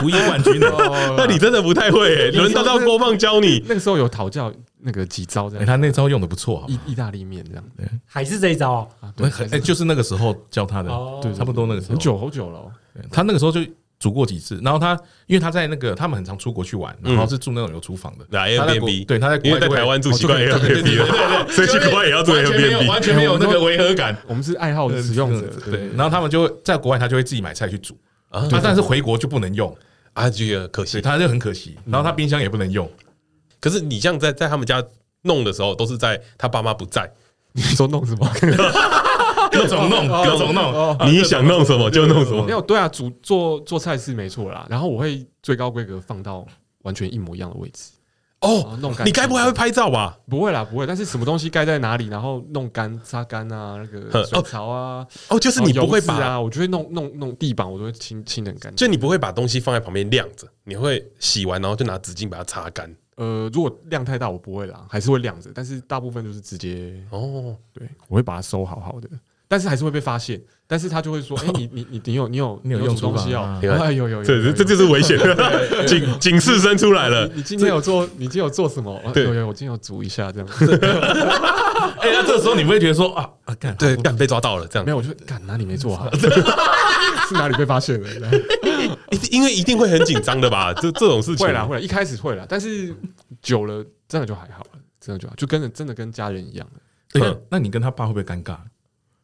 S1: 厨艺冠军的。
S2: 那
S4: 那
S2: 你真的不太会哎，轮得到郭胖教你，
S4: 那个时候有讨教那个几招 这
S1: 哎，
S4: 样，
S1: 他那招用的不错，好吧
S4: 意意大利面这样
S5: 还是这一招哦
S4: 嗯啊，对
S1: 那，很哎，就是那个时候教他的，
S5: 哦？
S4: 对
S1: 差不多那个时候
S4: 很。久好久了哦，
S1: 对他那个时候就煮过几次，然后他因为他在那个他们很常出国去玩，然后是住那种有厨房的，
S2: 来
S1: 他在国
S2: Airbnb，
S1: 对，他在国
S2: 因为
S1: 外
S2: 在
S1: 就会
S2: 台湾住习惯
S1: 哦就可以
S2: Airbnb
S1: 对对对
S2: 了， 所以去国外也要做
S1: 完全没有
S2: Airbnb。
S1: 完全没有那个违和感。
S4: 我们是爱好使用者，
S1: 对，然后他们就会在国外，他就会自己买菜去煮
S2: 啊
S1: 啊，但是回国就不能用，
S2: 啊，这个可
S1: 所以
S2: 惜。
S1: 他就很可惜。然后他冰箱也不能用，
S2: 可是你像在在他们家弄的时候，都是在他爸妈不在，
S4: 你说弄什么？
S1: 各种弄，各种弄。
S4: 哦，
S2: 你想弄什么就弄什么
S4: 没。有对啊，煮做做菜是没错啦。然后我会最高规格放到完全一模一样的位置，
S2: 哦，
S4: 弄干。
S2: 你该不会还会拍照吧？
S4: 不会啦，不会。但是什么东西该在哪里，然后弄干、擦干啊，那
S2: 呵
S4: 个水槽啊，
S2: 哦，就是你不会
S4: 然后油渍
S2: 把，
S4: 啊，我就会弄弄弄地板，我都会清清的很干净。
S2: 就你不会把东西放在旁边晾着，你会洗完然后就拿纸巾把它擦干。
S4: 呃，如果量太大，我不会啦，还是会晾着。但是大部分就是直接
S2: 哦，
S4: 对，我会把它收好好的，但是还是会被发现。但是他就会说：“哎、你你你你有你有
S1: 你有
S4: 有
S1: 用
S4: 煮东
S1: 厨
S4: 西
S1: 房
S4: 哦
S1: 啊？
S4: 哎有有有，
S2: 这
S4: 有
S2: 这就是 危险，警警示声出来了
S4: 你。你今天有做你今天有做什么？哦
S2: 对
S4: 有有，我今天有煮一下这样。
S1: 哎，那这时候你不会觉得说啊啊，干
S2: 对，干被抓到了这样
S4: 没，有，我就干哪里没做好， 是哪里被发现了？这样
S2: 一定因为一定会很紧张的 吧？这这种事情
S4: 会啦会啦，一开始会啦，但是久了真的就还好了，真的就好，就跟着真的跟家人一样了，
S1: 对
S2: 嗯，
S1: 那你跟他爸会不会尴尬？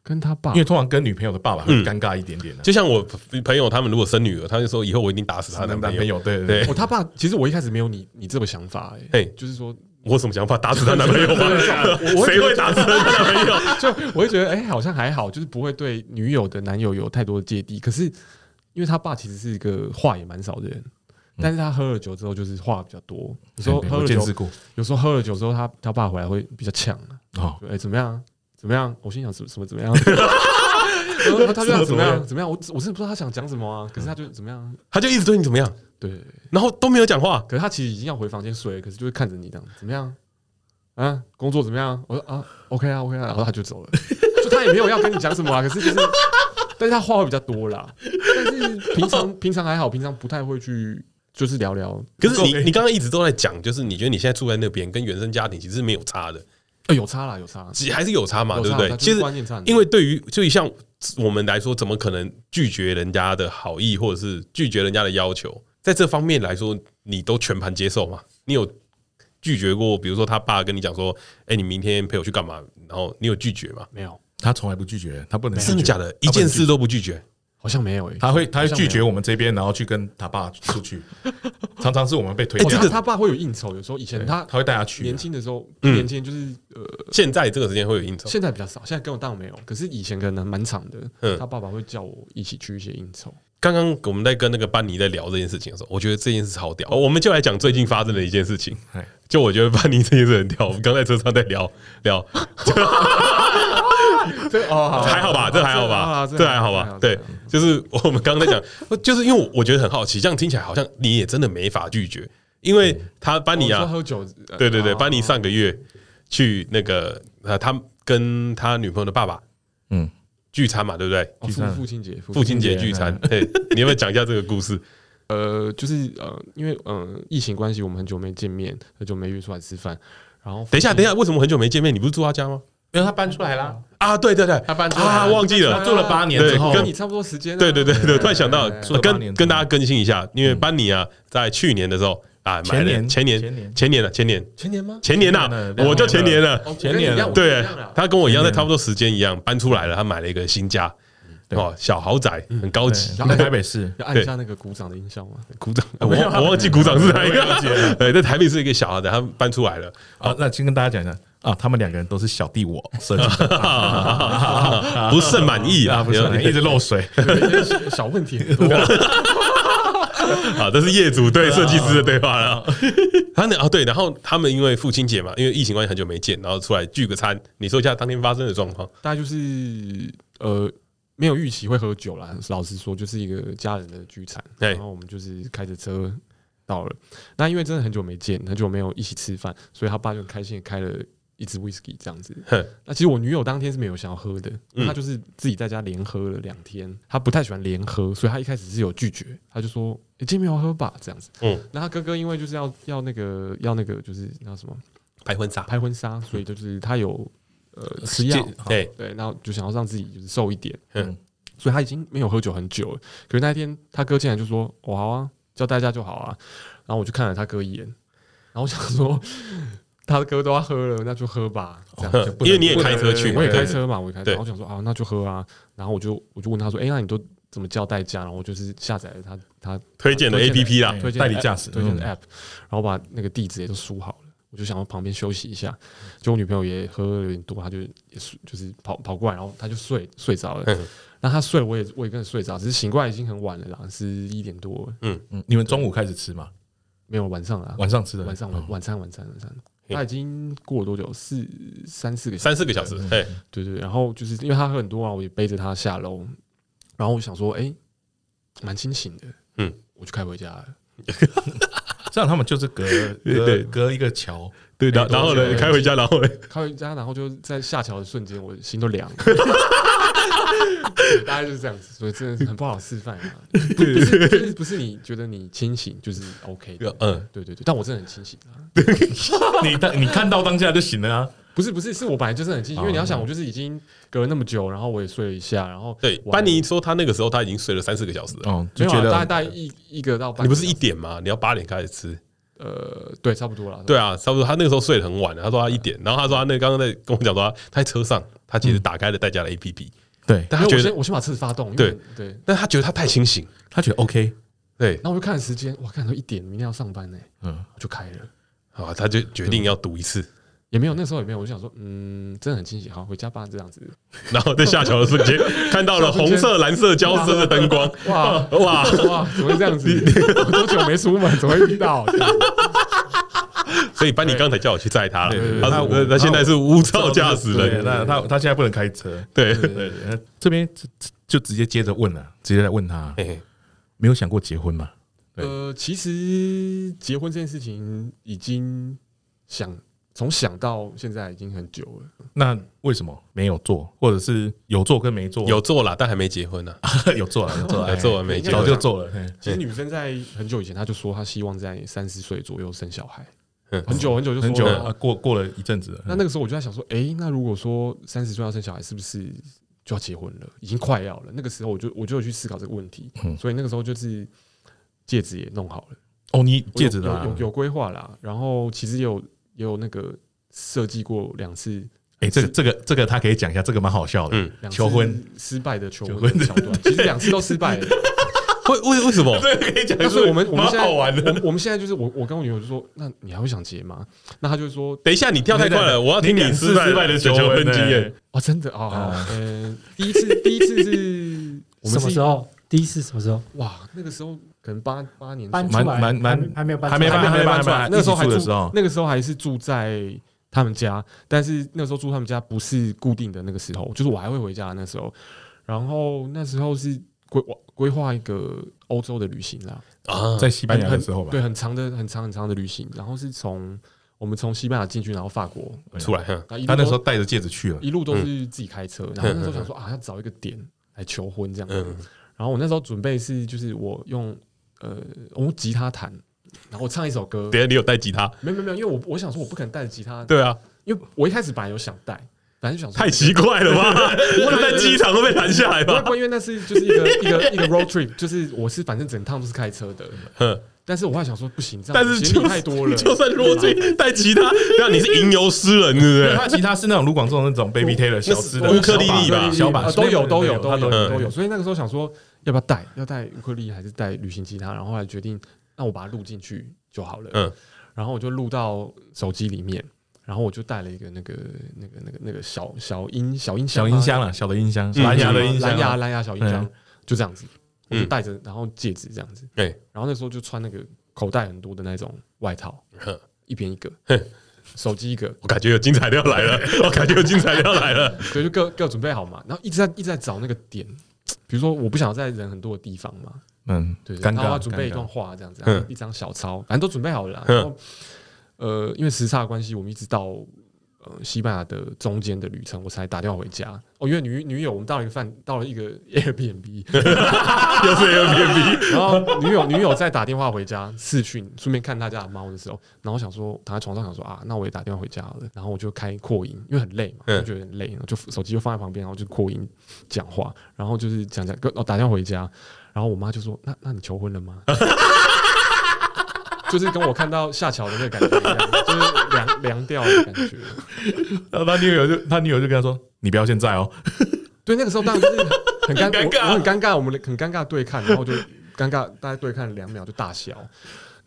S4: 跟他爸
S1: 因为通常跟女朋友的爸爸会
S2: 嗯
S1: 尴尬一点啊点的，
S2: 就像我朋友他们如果生女儿，他就说以后我一定打死他
S1: 他
S2: 的
S1: 啊男
S2: 男
S1: 朋
S2: 朋友。
S1: 友，对
S2: 对
S1: 对
S4: 我哦他爸其实我一开始没有你你这个想法哎、
S2: 嘿
S4: 就是说
S2: 我有什么想法？打死他男朋友 吧？
S4: 我
S2: 谁会打死他男朋友？
S4: 就我会觉得哎、好像还好，就是不会对女友的男友有太多的芥蒂。可是因为他爸其实是一个话也蛮少的人，但是他喝了酒之后就是话比较多，你
S1: 对，
S4: 说
S1: 对
S4: 喝
S1: 我
S4: 了
S1: 见
S4: 酒
S1: 识过
S4: 有时候喝了酒之后，他他爸回来会比较呛啊
S1: 哦，
S4: 哎、怎么样？怎么样？我心想怎么怎么怎么样？ 然后他就想啊怎么样？怎么样？我我真的不知道他想讲什么啊。可是他就怎么样？
S2: 他就一直对你怎么样，
S4: 对，
S2: 然后都没有讲话。
S4: 可是他其实已经要回房间睡了，可是就会看着你这样，怎么样？啊，工作怎么样？我说啊，OK 啊，OK 啊，然后他就走了， 就他也没有要跟你讲什么啊。可是就是，但是他话会比较多啦。但是 平常平常还好，平常不太会去就是聊聊。
S2: 可是
S1: 不够
S2: 你
S1: 给
S2: 你刚刚一直都在讲，就是你觉得你现在住在那边跟原生家庭其实是没有差的，
S4: 呃，有差啦，有差，
S2: 其还是有差嘛，
S4: 有
S2: 对
S4: 差
S2: 不对
S4: 啦，？就
S2: 其
S4: 是
S2: 实
S4: 观念差很多，
S2: 因为对于就像我们来说，怎么可能拒绝人家的好意，或者是拒绝人家的要求？在这方面来说，你都全盘接受嘛？你有拒绝过？比如说他爸跟你讲说：“哎、你明天陪我去干嘛？”然后你有拒绝吗？哎
S4: 没有
S1: 他从来不拒绝，他不能拒绝
S2: 真的假的？一
S1: 他不能
S2: 件
S1: 拒
S2: 事都不拒绝，
S4: 好像没有诶、欸
S1: 他会他会
S4: 好像
S1: 拒
S4: 没有
S1: 绝我们这边，然后去跟他爸出去，常常是我们被推
S4: 哦
S1: 荐
S4: 他，他爸会有应酬，有时候以前他
S1: 他会带他去
S4: 年，轻的时候，
S2: 嗯
S4: 年轻就是呃，
S2: 现在这个时间会有应酬，
S4: 现在比较少，现在跟我当然没有，可是以前可能蛮长的。
S2: 嗯
S4: 他爸爸会叫我一起去一些 应酬，
S2: 刚刚我们在跟那个班尼在聊这件事情的时候，我觉得这件事超屌。哦我们就来讲最近发生的一件事情
S1: 哎。
S2: 就我觉得班尼这件事很屌。我们刚在车上在聊聊，
S4: 对哦
S2: 还好啊吧？这还好吧？这还好吧？对，就是我们刚刚在讲， 就是因为我觉得很好奇，这样听起来好像你也真的没法拒绝，因为他班尼
S4: 你
S2: 啊，
S4: 说喝酒，呃
S2: 对对对，
S4: 哦
S2: 班尼上个月去那个呃，他跟他女朋友的爸爸，嗯
S1: 嗯，
S2: 聚餐嘛，对不对？
S4: 哦父父亲节，
S2: 父亲节嗯
S1: 节
S2: 聚餐，嘿，你要不要讲一下这个故 事？
S4: 呃，就是呃，因为呃疫情关系，我们很久没见面，很久没约出来吃饭。然后
S2: 等一下，等一下，为什么很久没见面？你不是住他家吗？
S1: 因为他搬出来啦，
S2: 啊，对对对，
S1: 他搬出来
S2: 啊，
S1: 啦
S2: 忘记
S1: 他
S2: 了。
S1: 住了八年
S2: 对
S1: 之后，
S4: 跟你差不多时间啊，
S2: 对对对对，突然想到，
S4: 哎
S1: 住了八
S2: 跟
S1: 年之后嗯
S2: 跟大家更新一下，因为班尼啊，在去年的时候啊，买
S1: 前
S2: 了
S1: 年
S2: 前
S1: 前
S2: 年
S1: 年
S2: 前年了，啊前年
S4: 前年吗？
S2: 前年呐
S1: 前年了，两
S2: 我就前年了，
S4: 哦
S1: 前年了
S4: 跟你一
S2: 对
S4: 样我跟你一样啊，
S2: 他跟我一样，在差不多时间一样搬出来了，他买了一个新家，
S1: 对嗯
S2: 哦，小豪宅，很高级
S1: 对，他在台北市，
S4: 要按一下那个鼓掌的音效吗？
S2: 鼓掌， 我
S1: 啊
S2: 我忘记鼓掌是哪一个， 对，在台北是一个小豪宅，他搬出来了，
S1: 啊，那先跟大家讲一下啊，他们两个人都是小弟我设计的
S2: 啊不甚满意啊，
S1: 啊，不是一直漏水，
S4: 对小小问题很多，
S2: 啊，这是业主 对设计师的对话了。 他那啊，对，然后他们因为父亲节嘛，因为疫情关系很久没见，然后出来聚个餐。你说一下当天发生的状况？
S4: 大概就是呃没有预期会喝酒啦。老实说，就是一个家人的聚餐，
S2: 对
S4: 然后我们就是开着车到了。那因为真的很久没见，很久没有一起吃饭，所以他爸就很开心地开了一支 whisky 这样子
S2: 哼。
S4: 那其实我女友当天是没有想要喝的，
S2: 嗯
S4: 她就是自己在家连喝了两天，她不太喜欢连喝，所以她一开始是有拒绝，她就说：“诶今天没有喝吧？”这样子。
S2: 嗯，
S4: 那她哥哥因为就是要要那个要那个就是那什么
S2: 拍婚纱，
S4: 拍婚纱，所以就是他有呃吃药。
S2: 对，
S4: 对，然后就想要让自己就是瘦一点，
S2: 嗯
S4: 嗯，所以他已经没有喝酒很久了。可是那一天他哥竟然就说：“我好啊，叫大家就好啊。”然后我就看了他哥一眼，然后我想说，他哥都要喝了，那就喝吧，这样。
S1: 就
S2: 哦
S1: 不能
S2: 因为你也开车去嘛，
S4: 哦我也
S2: 对
S4: 开，车嘛，我也开车，
S2: 对
S4: 然后我想说啊，那就喝啊。然后我就我就问他说：“哎，那你都怎么叫代驾？”然后我就是下载了他他
S2: 推荐的
S4: 推
S2: A
S4: 荐
S2: P
S4: 的
S2: P 啦，
S1: 对
S4: 推荐
S1: 代
S4: 的
S1: 理
S4: app-
S1: 驾驶
S4: 推荐的
S1: 嗯
S4: app，然后把那个地址也都输好了。我就想要旁边休息一下，就我女朋友也喝有点多，她就也睡，就是跑跑过来，然后她就睡睡着了。
S2: 嗯
S4: 然后她睡了，我也我也跟着睡着，只是醒过来已经很晚了啦，是一点多了，
S1: 嗯，你们中午开始吃嘛，
S4: 没有晚上了，
S1: 晚上吃的，
S4: 晚上晚
S1: 哦
S4: 晚餐晚餐晚餐，
S2: 嗯嘿
S4: 她已经过了多久？四三四个小时
S2: 三四个小时，
S4: 嗯
S2: 哎，
S4: 对对，对然后就是因为他喝很多啊，我也背着他下楼，然后我想说，哎、蛮清醒的，
S2: 嗯，
S4: 我就开回家了。
S1: 这样他们就是 隔
S2: 对对
S1: 隔隔一个 桥，哎
S2: 对，然后然后呢，开回家，然 后呢，
S4: 开回家，然后就在下桥的瞬间，我心 都凉了。大概就是这样子，所以真的是很不好示范啊。不不是就是不是你觉得你清醒就是 OK 的，
S2: 嗯，
S4: 对对对，但我真的很清醒啊。
S1: 你当你看到当下就行了啊，
S4: 不是不是，是我本来就是很
S2: 哦
S4: 清醒，因为你要想，我就是已经隔了那么久，然后我也睡了一下，然后
S2: 对。
S4: 我还
S2: 班尼说他那个时候他已经睡了三四个小时了，
S1: 哦，就
S4: 没有
S1: 觉
S4: 啊
S1: 得
S4: 大概大概一一个到半
S2: 你不
S4: 个小时，
S2: 是一点吗？你要八点开始吃，
S4: 呃对，差不多了，
S2: 对啊，差不多。他那个时候睡得很晚啊了，他说他一
S4: 嗯
S2: 点，然后他说他那个刚刚在跟我讲说他他在车上，他其实打开了代驾的 A P P，
S1: 对，
S2: 但他
S4: 没有我
S2: 觉得
S4: 先我先把车子发动，因
S2: 对
S4: 为对，
S2: 但他觉得他太清醒，
S1: 他觉得 OK，
S2: 对
S4: 然，后我就看时间，哇，看到一点，明天要上班呢，
S1: 嗯，
S4: 我就开了，
S2: 啊，他就决定要赌一次，
S4: 也没有那时候也没有，我就想说，嗯，真的很清醒，好，回家吧，这样子，
S2: 然后在下桥的瞬间看到了红色、蓝色交织的灯光，
S4: 哇
S2: 哇！
S4: 哇，怎么会这样 子？我多久没出门，怎么会遇 到？
S2: 所以班尼刚才叫我去载他
S1: 对对
S2: 了，
S1: 对
S2: 他
S1: 那我
S2: 说他现在是无照驾驶
S1: 对，
S2: 人，
S1: 那他他现在不能开车，
S2: 对，
S1: 对，那这边就就直接接着问了，直接来问他，啊
S2: 嘿
S1: 没有想过结婚吗？对
S4: 呃，其实结婚这件事情已经想从想到现在已经很久了，
S1: 那为什么没有做，或者是有做跟没做？
S2: 有做了，但还没结婚呢，
S1: 有做 了，有做了，
S2: 有做完没
S1: 哎
S2: 结
S1: 早
S2: 婚
S1: 就？做了。嘿
S4: 其实女生在很久以前，她就说她希望在三十岁左右生小孩，
S2: 嗯
S4: 很久很久就
S1: 很
S4: 说
S1: 久
S4: 了
S1: 了，啊过过了一阵子了。
S4: 那那个时候我就在想说，诶，那如果说三十岁要生小孩，是不是就要结婚了？已经快要了。那个时候我就我就有去思考这个问题，
S1: 嗯
S4: 所以那个时候就是戒指也弄好了，
S1: 哦，你戒指的
S4: 有
S1: 啊
S4: 有有有规划啦。然后其实也有也有那个设计过两次
S1: 哎，这个这个这个他可以讲一下，这个蛮好笑的
S2: 嗯。
S4: 两次
S1: 求婚，
S4: 失败的求
S1: 求
S4: 婚
S1: 婚
S4: 的桥 段，其实两次都失败了。
S2: 为为为什么？
S1: 可以讲
S4: 但是我们我们
S1: 蛮
S4: 现在
S1: 好玩
S4: 我
S1: 的。
S4: 们我们现在就是我我跟我女友就说，那你还会想结吗？那她就说，
S2: 等一下，你跳太快了，我要听
S1: 两
S2: 失
S1: 次
S2: 败的求婚经验。
S4: 哦，真的哦，好嗯，第一次第一 次是我
S5: 什
S4: 们
S5: 么
S4: 是
S5: 时候？第一次什么时候
S4: 哇，那个时候可能八八年前
S5: 搬出
S1: 蛮
S5: 来？
S1: 蛮蛮
S5: 还还没有搬出
S1: 还
S5: 来，
S1: 没搬
S4: 还没
S1: 搬
S4: 搬出
S1: 搬
S4: 来，那个时候还
S1: 啊一起住的
S4: 住
S1: 时候
S4: 那个时候还是住在他们家，但是那时候住他们家不是固定的那个时候，就是我还会回家的那时候。然后那时候是规划规划一个欧洲的旅行啦，
S2: 啊！
S1: 在西班牙的时候吧
S4: 对，，很长的、很长、很长的旅行。然后是从我们从西班牙进去，然后法国，
S2: 出来，哼
S4: 然后一路
S1: 他那
S4: 都
S1: 时候戴着戒指去
S2: 嗯
S1: 了。
S4: 一路都是自己开车。然后那时候想说啊，要找一个点来求婚这样。
S2: 嗯，
S4: 然后我那时候准备是就是我用呃我用吉他弹，然后我唱一首歌。
S2: 等一下你有带吉他？
S4: 没有没有没有，因为我我想说我不可能带着吉他，
S2: 对啊，
S4: 因为我一开始本来有想带，本来就想说
S2: 太奇怪了吧？我在机场都被拦下来
S4: 不会
S2: 吧
S4: 不？会，因为那是就是一个 一个一个 road trip，就是我是反正整趟都是开车的，
S2: 哼
S4: 但是我还想说不行，这样
S2: 嗯但是
S4: 行
S2: 就
S4: 李太多 了，
S2: 就算罗追带吉他，那你是吟游诗人，对不
S1: 对，
S2: 对？
S1: 他吉他是那种卢广仲 那种 baby Taylor 小只的
S2: 乌克丽丽吧
S1: 小把
S4: 呃都有都有都有
S2: 嗯
S4: 都有，所以那个时候想说要不要带，要带乌克丽还是带旅行吉他，然后后来决定那我把它录进去就好了，
S2: 嗯
S4: 然后我就录到手机里面，然后我就带了一个那个那个那个那个小小音小音
S1: 小
S4: 吗
S1: 音箱啦，小的音箱，
S2: 嗯
S1: 蓝牙的音
S4: 蓝
S1: 箱
S4: 牙
S1: 啊，
S4: 蓝牙小音箱
S1: 嗯，
S4: 就这样子，我
S2: 嗯
S4: 就戴着，然后戒指这样子，
S2: 对
S4: 然后那时候就穿那个口袋很多的那种外套
S1: 嗯
S2: 呵，
S4: 一边一个
S2: 嘿，
S4: 手机一个，
S2: 我感觉有精彩的要来 了，我感觉有精彩的要来 了。
S4: 所以就各各准备好嘛，然后一直在一直在找那个点，比如说我不想在人很多的地方嘛，
S1: 嗯，
S4: 对，
S1: 尴
S4: 然后我要
S1: 尬，
S4: 准备一段
S1: 尴尬
S4: 话这样子，
S2: 嗯
S4: 然后一张小抄，反正都准备好了啦，
S2: 嗯
S4: 然后呃，因为时差的关系，我们一直到。呃，西班牙的中间的旅程，我才打电话回家。哦，因为女女友，我们到了一个饭，到了一个 Airbnb，
S2: 又是 Airbnb，
S4: 然后女友女友在打电话回家视讯，顺便看她家的猫的时候，然后想说躺在床上想说啊，那我也打电话回家好了，然后我就开扩音，因为很累嘛，
S2: 嗯
S4: 就觉得很累，然后就手机就放在旁边，然后就扩音讲话，然后就是讲讲，跟哦打电话回家，然后我妈就说那那你求婚了吗？就是跟我看到下桥的那个感觉一样，就是凉凉掉的感觉。
S1: 然后他女友就他女友就跟他说：“你不要现在 哦。
S4: 对，那个时候当然就是很尴
S2: 很尴尬
S4: 我我很尴尬，我们很尴尬对看，然后就尴尬，大家对看了两秒就大笑。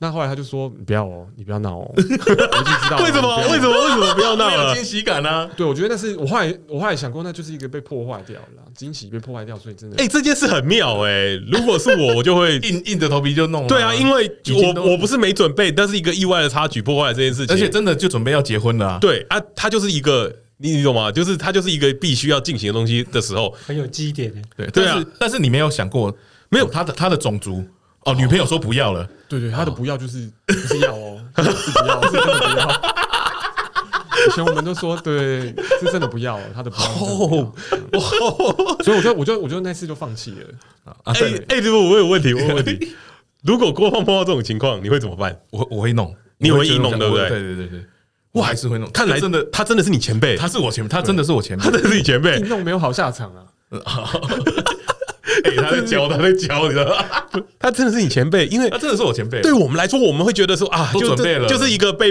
S4: 那后来他就说：“你不要哦，你不要闹 哦。”我就知道了啊
S2: 为什么？为什？
S4: 你不要
S2: 么？为什么不要
S1: 没
S2: 闹
S1: 有
S2: 了？
S1: 惊喜感啊！
S4: 对，我觉得那是我后来我后来想过，那就是一个被破坏掉了啦，惊喜被破坏掉，所以真的
S2: 哎、，这件事很妙哎、如果是我，我就 会。
S1: 硬硬着头皮就弄了。
S2: 对啊，因为
S1: 已经都
S2: 我我不是没准备，但是一个意外的插曲破坏了这件事情，
S1: 而且真的就准备要结婚了啊。
S2: 对啊，它就是一个你你懂吗？就是它就是一个必须要进行的东西的时候，
S5: 很有记忆点欸的。
S1: 对
S2: 对
S1: 对
S2: 啊
S1: 但是但是你没有想过，没有他的他的种族哦，女朋友说不要了，
S4: 对对，他的不要就是不是要哦，是啊 不要，是真的不要。以前我们都说对，是真的不要哦，他的不要是真的不要，所以我就我就我就那次就放弃 了。
S2: 哎
S1: 啊
S2: 哎，如果我有问题，我有问 题。如果郭胖碰到这种情况，你会怎么办？
S1: 我我会弄，
S2: 你
S1: 我
S2: 会
S1: 觉得
S2: 硬弄
S1: 我
S2: 对不对
S1: 对对对对，我还是会弄。
S2: 看来
S1: 这真的，
S2: 他真的是你前辈，
S1: 他是我前，他真的是我前辈
S2: 他，真的是你 前辈
S4: 运。动没有好下场啊，
S1: 哎他在教，他在教，你知道吗？
S2: 他真的是你前辈，因为
S1: 他真的是我前辈。
S2: 对我们来说，我们会觉得说啊，
S1: 都
S2: 就
S1: 准备了
S2: 这就是一个被，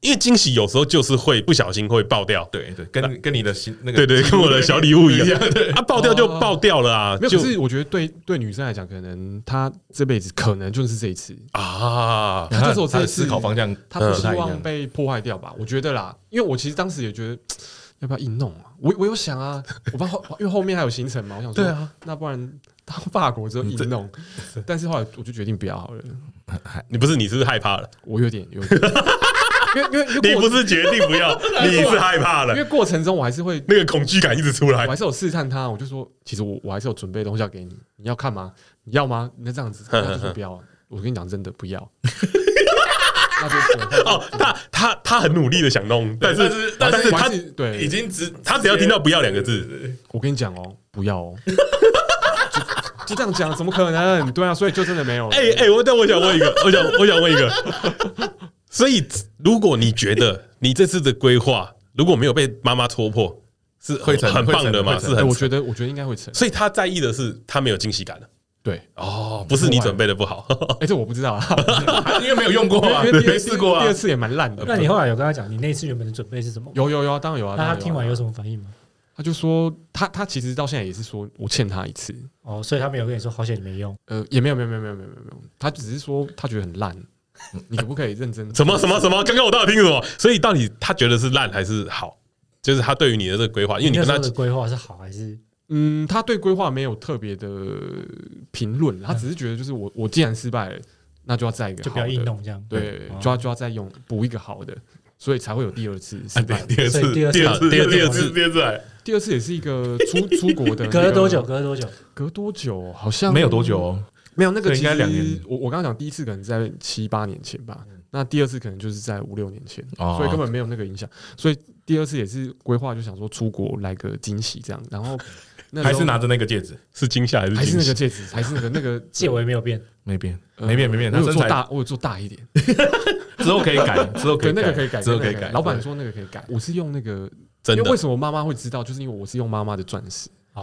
S2: 因为惊喜有时候就是会不小心会爆掉，
S1: 对对，跟跟你的心那个，
S2: 对对，跟我的小礼物一样，
S1: 对，哦
S2: 啊，爆掉就爆掉了啊，
S4: 没有，
S2: 就
S4: 可是我觉得对对女生来讲，可能她这辈子可能就是这一次，
S2: 啊，
S4: 她就是有
S1: 他
S4: 这一
S1: 的
S4: 次
S1: 思考方向，
S4: 她不希
S1: 太一
S4: 望
S1: 样。
S4: 被破坏掉吧？我觉得啦，因为我其实当时也觉得要不要硬弄啊，我我有想啊，我帮后因为后面还有行程嘛，我想说，
S1: 对啊，
S4: 那不然到法国之后硬弄，但是后来我就决定不要好了，
S2: 你不是你是不是害怕了？
S4: 我有点有点，因为因为因
S2: 你
S4: 为
S2: 不
S4: 过
S2: 是决定不 要，
S1: 啊
S2: 你是害怕
S4: 因
S2: 了
S4: 为，过程中我还是会。
S2: 那个恐惧感一直出来
S4: 我还。是有试探她，我就说，其实我我还是有准备东西要给你，你要看吗？你要吗？那这样子，
S2: 嗯
S4: 那就说不要啊。我跟你讲，真的不要。 那就我
S2: 哦，他他他很努力的想弄，但
S1: 但
S2: 是
S1: 是
S2: 但
S1: 但
S2: 是
S1: 是
S4: 我
S2: 他
S4: 还是对，
S1: 已经直，
S2: 他只要听到“不要”两个字，
S4: 我跟你讲哦，不要哦，就就这样讲，怎么可能？对啊，所以就真的没有了。
S2: 哎哎，我但我想问一个，我想我想问一个，所以如果你觉得你这次的规划如果没有被妈妈戳破，是很
S1: 会成
S2: 很棒的嘛，
S1: 会成
S2: 是
S4: 哎
S2: 很
S4: 我觉得我觉得应该会成，
S2: 所以他在意的是他没有惊喜感了。
S4: 对，
S2: 哦，不是你准备的不好，
S4: 哎，这我不知道啊，
S1: 因为没有用过 啊
S4: 因为，第
S1: 没
S4: 二次
S1: 试过啊
S4: 第二。次也蛮烂的。
S5: 那你后来有跟他讲你那次原本的准备是什么？
S4: 呃有有有啊，当然有啊。
S5: 那
S4: 当
S5: 他
S4: 然啊
S5: 听完有什么反应吗？
S4: 他就说他他其实到现在也是说我欠他一次，
S5: 哦，所以他没有跟你说好险你没用，
S4: 呃，也没有没有没有没有没有没有没有，他只是说他觉得很烂，嗯你可不可以认真？
S2: 什么什么什么？刚刚我到底听什么？所以到底他觉得是烂还是好？就是他对于你的这个规划，因为你
S5: 那
S2: 跟
S5: 时
S2: 他
S5: 候的规划是好还是
S4: 嗯，他对规划没有特别的评论，他只是觉得就是我我既然失败了，那就要再一个
S5: 就
S4: 好
S5: 不要
S4: 的
S5: 硬，弄这样？
S4: 对
S5: 哦，
S4: 就要就要再用补一个好的，所以才会有第二次失
S2: 啊
S4: 败。
S2: 对第二
S5: 所
S2: 次，
S5: 以第二次
S2: 次，第二第
S5: 第二次
S2: 二
S5: 是
S2: 次，
S3: 第二次来，
S4: 第二次也是一个出出国的，
S5: 隔了多久？？隔了多久？
S4: 隔多久？好像
S1: 没有多久，哦，
S4: 没有那个
S1: 对
S4: 其
S1: 应该
S4: 实
S1: 两年
S4: 我我刚刚讲第一次可能在七八年前吧，那第二次可能就是在五六年前，
S1: 哦
S4: 嗯所以根本没有那个影响。所以第二次也是规划，就想说出国来个惊喜这样。然后那时
S1: 还
S4: 候
S1: 是拿着那个戒指，
S2: 是惊吓还是
S4: 还是
S2: 惊
S4: 那个
S2: 喜？
S4: 戒指，还是那个 那个
S5: 借我也没有变，
S1: 没变，
S4: 呃
S1: 没变，没变。
S4: 我
S1: 他
S4: 有
S1: 身
S4: 做
S1: 材
S4: 大，我有做大一点，
S1: 之后可以 改，之后可
S4: 对，
S1: 以
S4: 那个可以改，
S1: 之后
S4: 那个
S1: 可以改。
S4: 老板说那个可以改，我是用那个，
S2: 真
S4: 因为为
S2: 的，
S4: 什么妈妈会知道，就是因为我是用妈妈的钻石。
S5: 哦，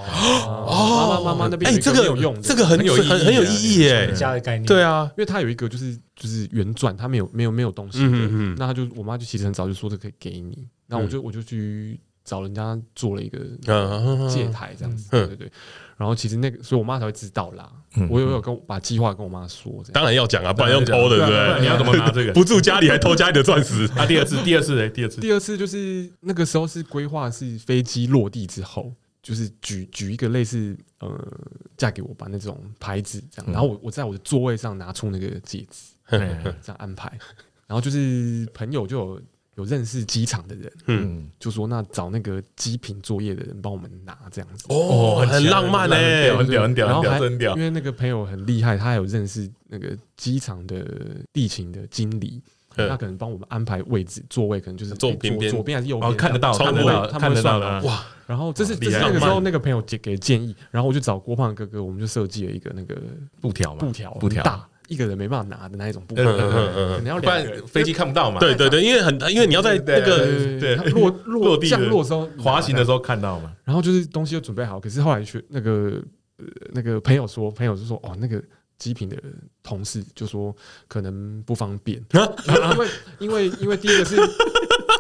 S4: 妈妈妈妈那边有一
S2: 这
S4: 很有
S2: 个
S4: 用的，
S2: 哎这个很
S4: 那
S2: 有
S4: 是
S2: 意很有
S4: 的
S2: 意义哎，
S5: 家的概念，
S2: 对，啊，
S4: 因为它有一个就是就是原钻，它没有没有没有东西的，
S2: 嗯嗯嗯
S4: 那他就我妈就其实很早就说这可以给你，那
S1: 嗯
S4: 我就、我就去找人家做了一个
S2: 嗯，
S4: 借台这样子，
S2: 嗯
S4: 对对对，然后其实那个所以我妈才会知道啦，
S1: 嗯
S4: 我有有跟我把计划跟我妈说这样，
S2: 当然要讲啊，不然用偷的，对
S1: 对啊
S2: 不
S1: 不然你
S2: 对？
S1: 要怎么拿 这个？
S2: 不住家里还偷家里的钻石，
S1: 啊，第二次，第二次嘞，第二次，
S4: 第二次就是那个时候是规划是飞机落地之后。就是举举一个类似呃嫁给我吧那种牌子这
S2: 嗯
S4: 样，然后我我在我的座位上拿出那个戒指，
S1: 嗯
S4: 这样安排。然后就是朋友就有有认识机场的人，
S1: 嗯，
S4: 就说那找那个机坪作业的人帮我们拿这样子。
S2: 哦，很浪漫呢、
S1: 很屌，很屌，很
S4: 然后
S1: 屌，
S4: 还
S1: 真屌
S4: 因。为那个朋友很厉害，他还有认识那个机场的地勤的经理，
S2: 嗯
S4: 他可能帮我们安排位置座位，可能就是
S2: 坐边边
S4: 左左边还是右
S1: 哦，
S4: 边，
S1: 看得到，
S2: 窗
S1: 看
S2: 户
S1: 得到，
S4: 他们
S1: 看得
S4: 会
S1: 到
S4: 算的
S1: 了。
S2: 哇
S4: 然后这是这
S2: 厉
S4: 是
S2: 害
S4: 那个时
S2: 浪
S4: 候
S2: 漫
S4: 那个朋友给给建议，然后我就找郭胖哥哥，我们就设计了一个那个
S1: 布条嘛
S4: 布，条，
S1: 布条
S4: 很大一个人没办法拿的那一种布条，
S1: 嗯
S4: 可
S1: 嗯嗯
S2: 嗯
S4: 能要
S1: 不
S4: 两个人
S1: 然飞机看不到嘛。
S2: 对对对，因为很因为你要在那个
S4: 对
S1: 对
S4: 它落落
S1: 落地的
S4: 降落的时候，
S1: 滑行的时候看到嘛。
S4: 然后就是东西都准备好，可是后来去那个、呃、那个朋友说，朋友就说哦，那个机坪的同事就说可能不方 便，
S1: 嗯
S4: 因为因为因为第一个是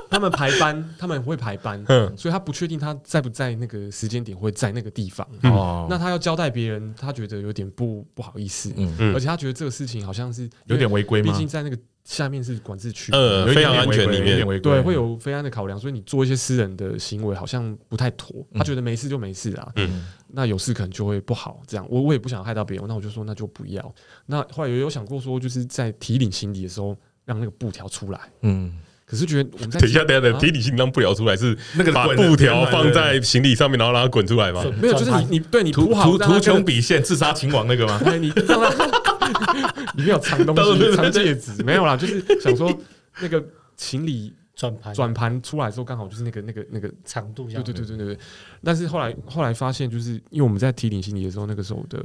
S4: 他们排班，他们会排班，
S2: 嗯
S4: 所以他不确定他在不在那个时间点会在那个地方，
S2: 嗯
S1: 哦，
S4: 那他要交代别人，他觉得有点不不好意思，
S1: 嗯，
S2: 嗯
S4: 而且他觉得这个事情好像是
S1: 有点，违规
S4: 因为
S1: 吗嗯
S4: 毕？竟在那个下面是管制区，
S2: 呃
S1: 有
S2: 非
S1: 一点
S2: 常安全里
S1: 违规有点
S2: 面，
S1: 违规，
S4: 对，会。有非安的考量，所以你做一些私人的行为好像不太妥。
S1: 嗯
S4: 他觉得没事就没事啊，
S2: 嗯
S4: 那有事可能就会不好。这样，我我也不想害到别人，那我就说那就不要。那后来也有想过说，就是在提领行李的时候，让那个布条出来。
S1: 嗯，
S4: 可是觉得我们在
S2: 等一下，等一下，等一下
S4: 啊
S2: 提你行当不了出来是
S1: 那个
S2: 把
S1: 滚
S2: 布条放在行李上面，然后让它滚出来吗？
S4: 没有，就是你你对你
S1: 图
S4: 涂好
S1: 图
S4: 让它
S1: 图
S4: 跟
S1: 穷匕现，自杀秦王那个吗？
S4: 哎，你让他 里面有藏东
S1: 对对
S4: 西，
S1: 对
S4: 藏戒指没有啦，就是想 说那个行李
S5: 转盘
S4: 转盘出来之后，刚好就是那个那个那个
S5: 长度这
S4: 对
S5: 样，
S4: 对对对对对。但是后来后来发现，就是因为我们在提领行李的时候，那个时候的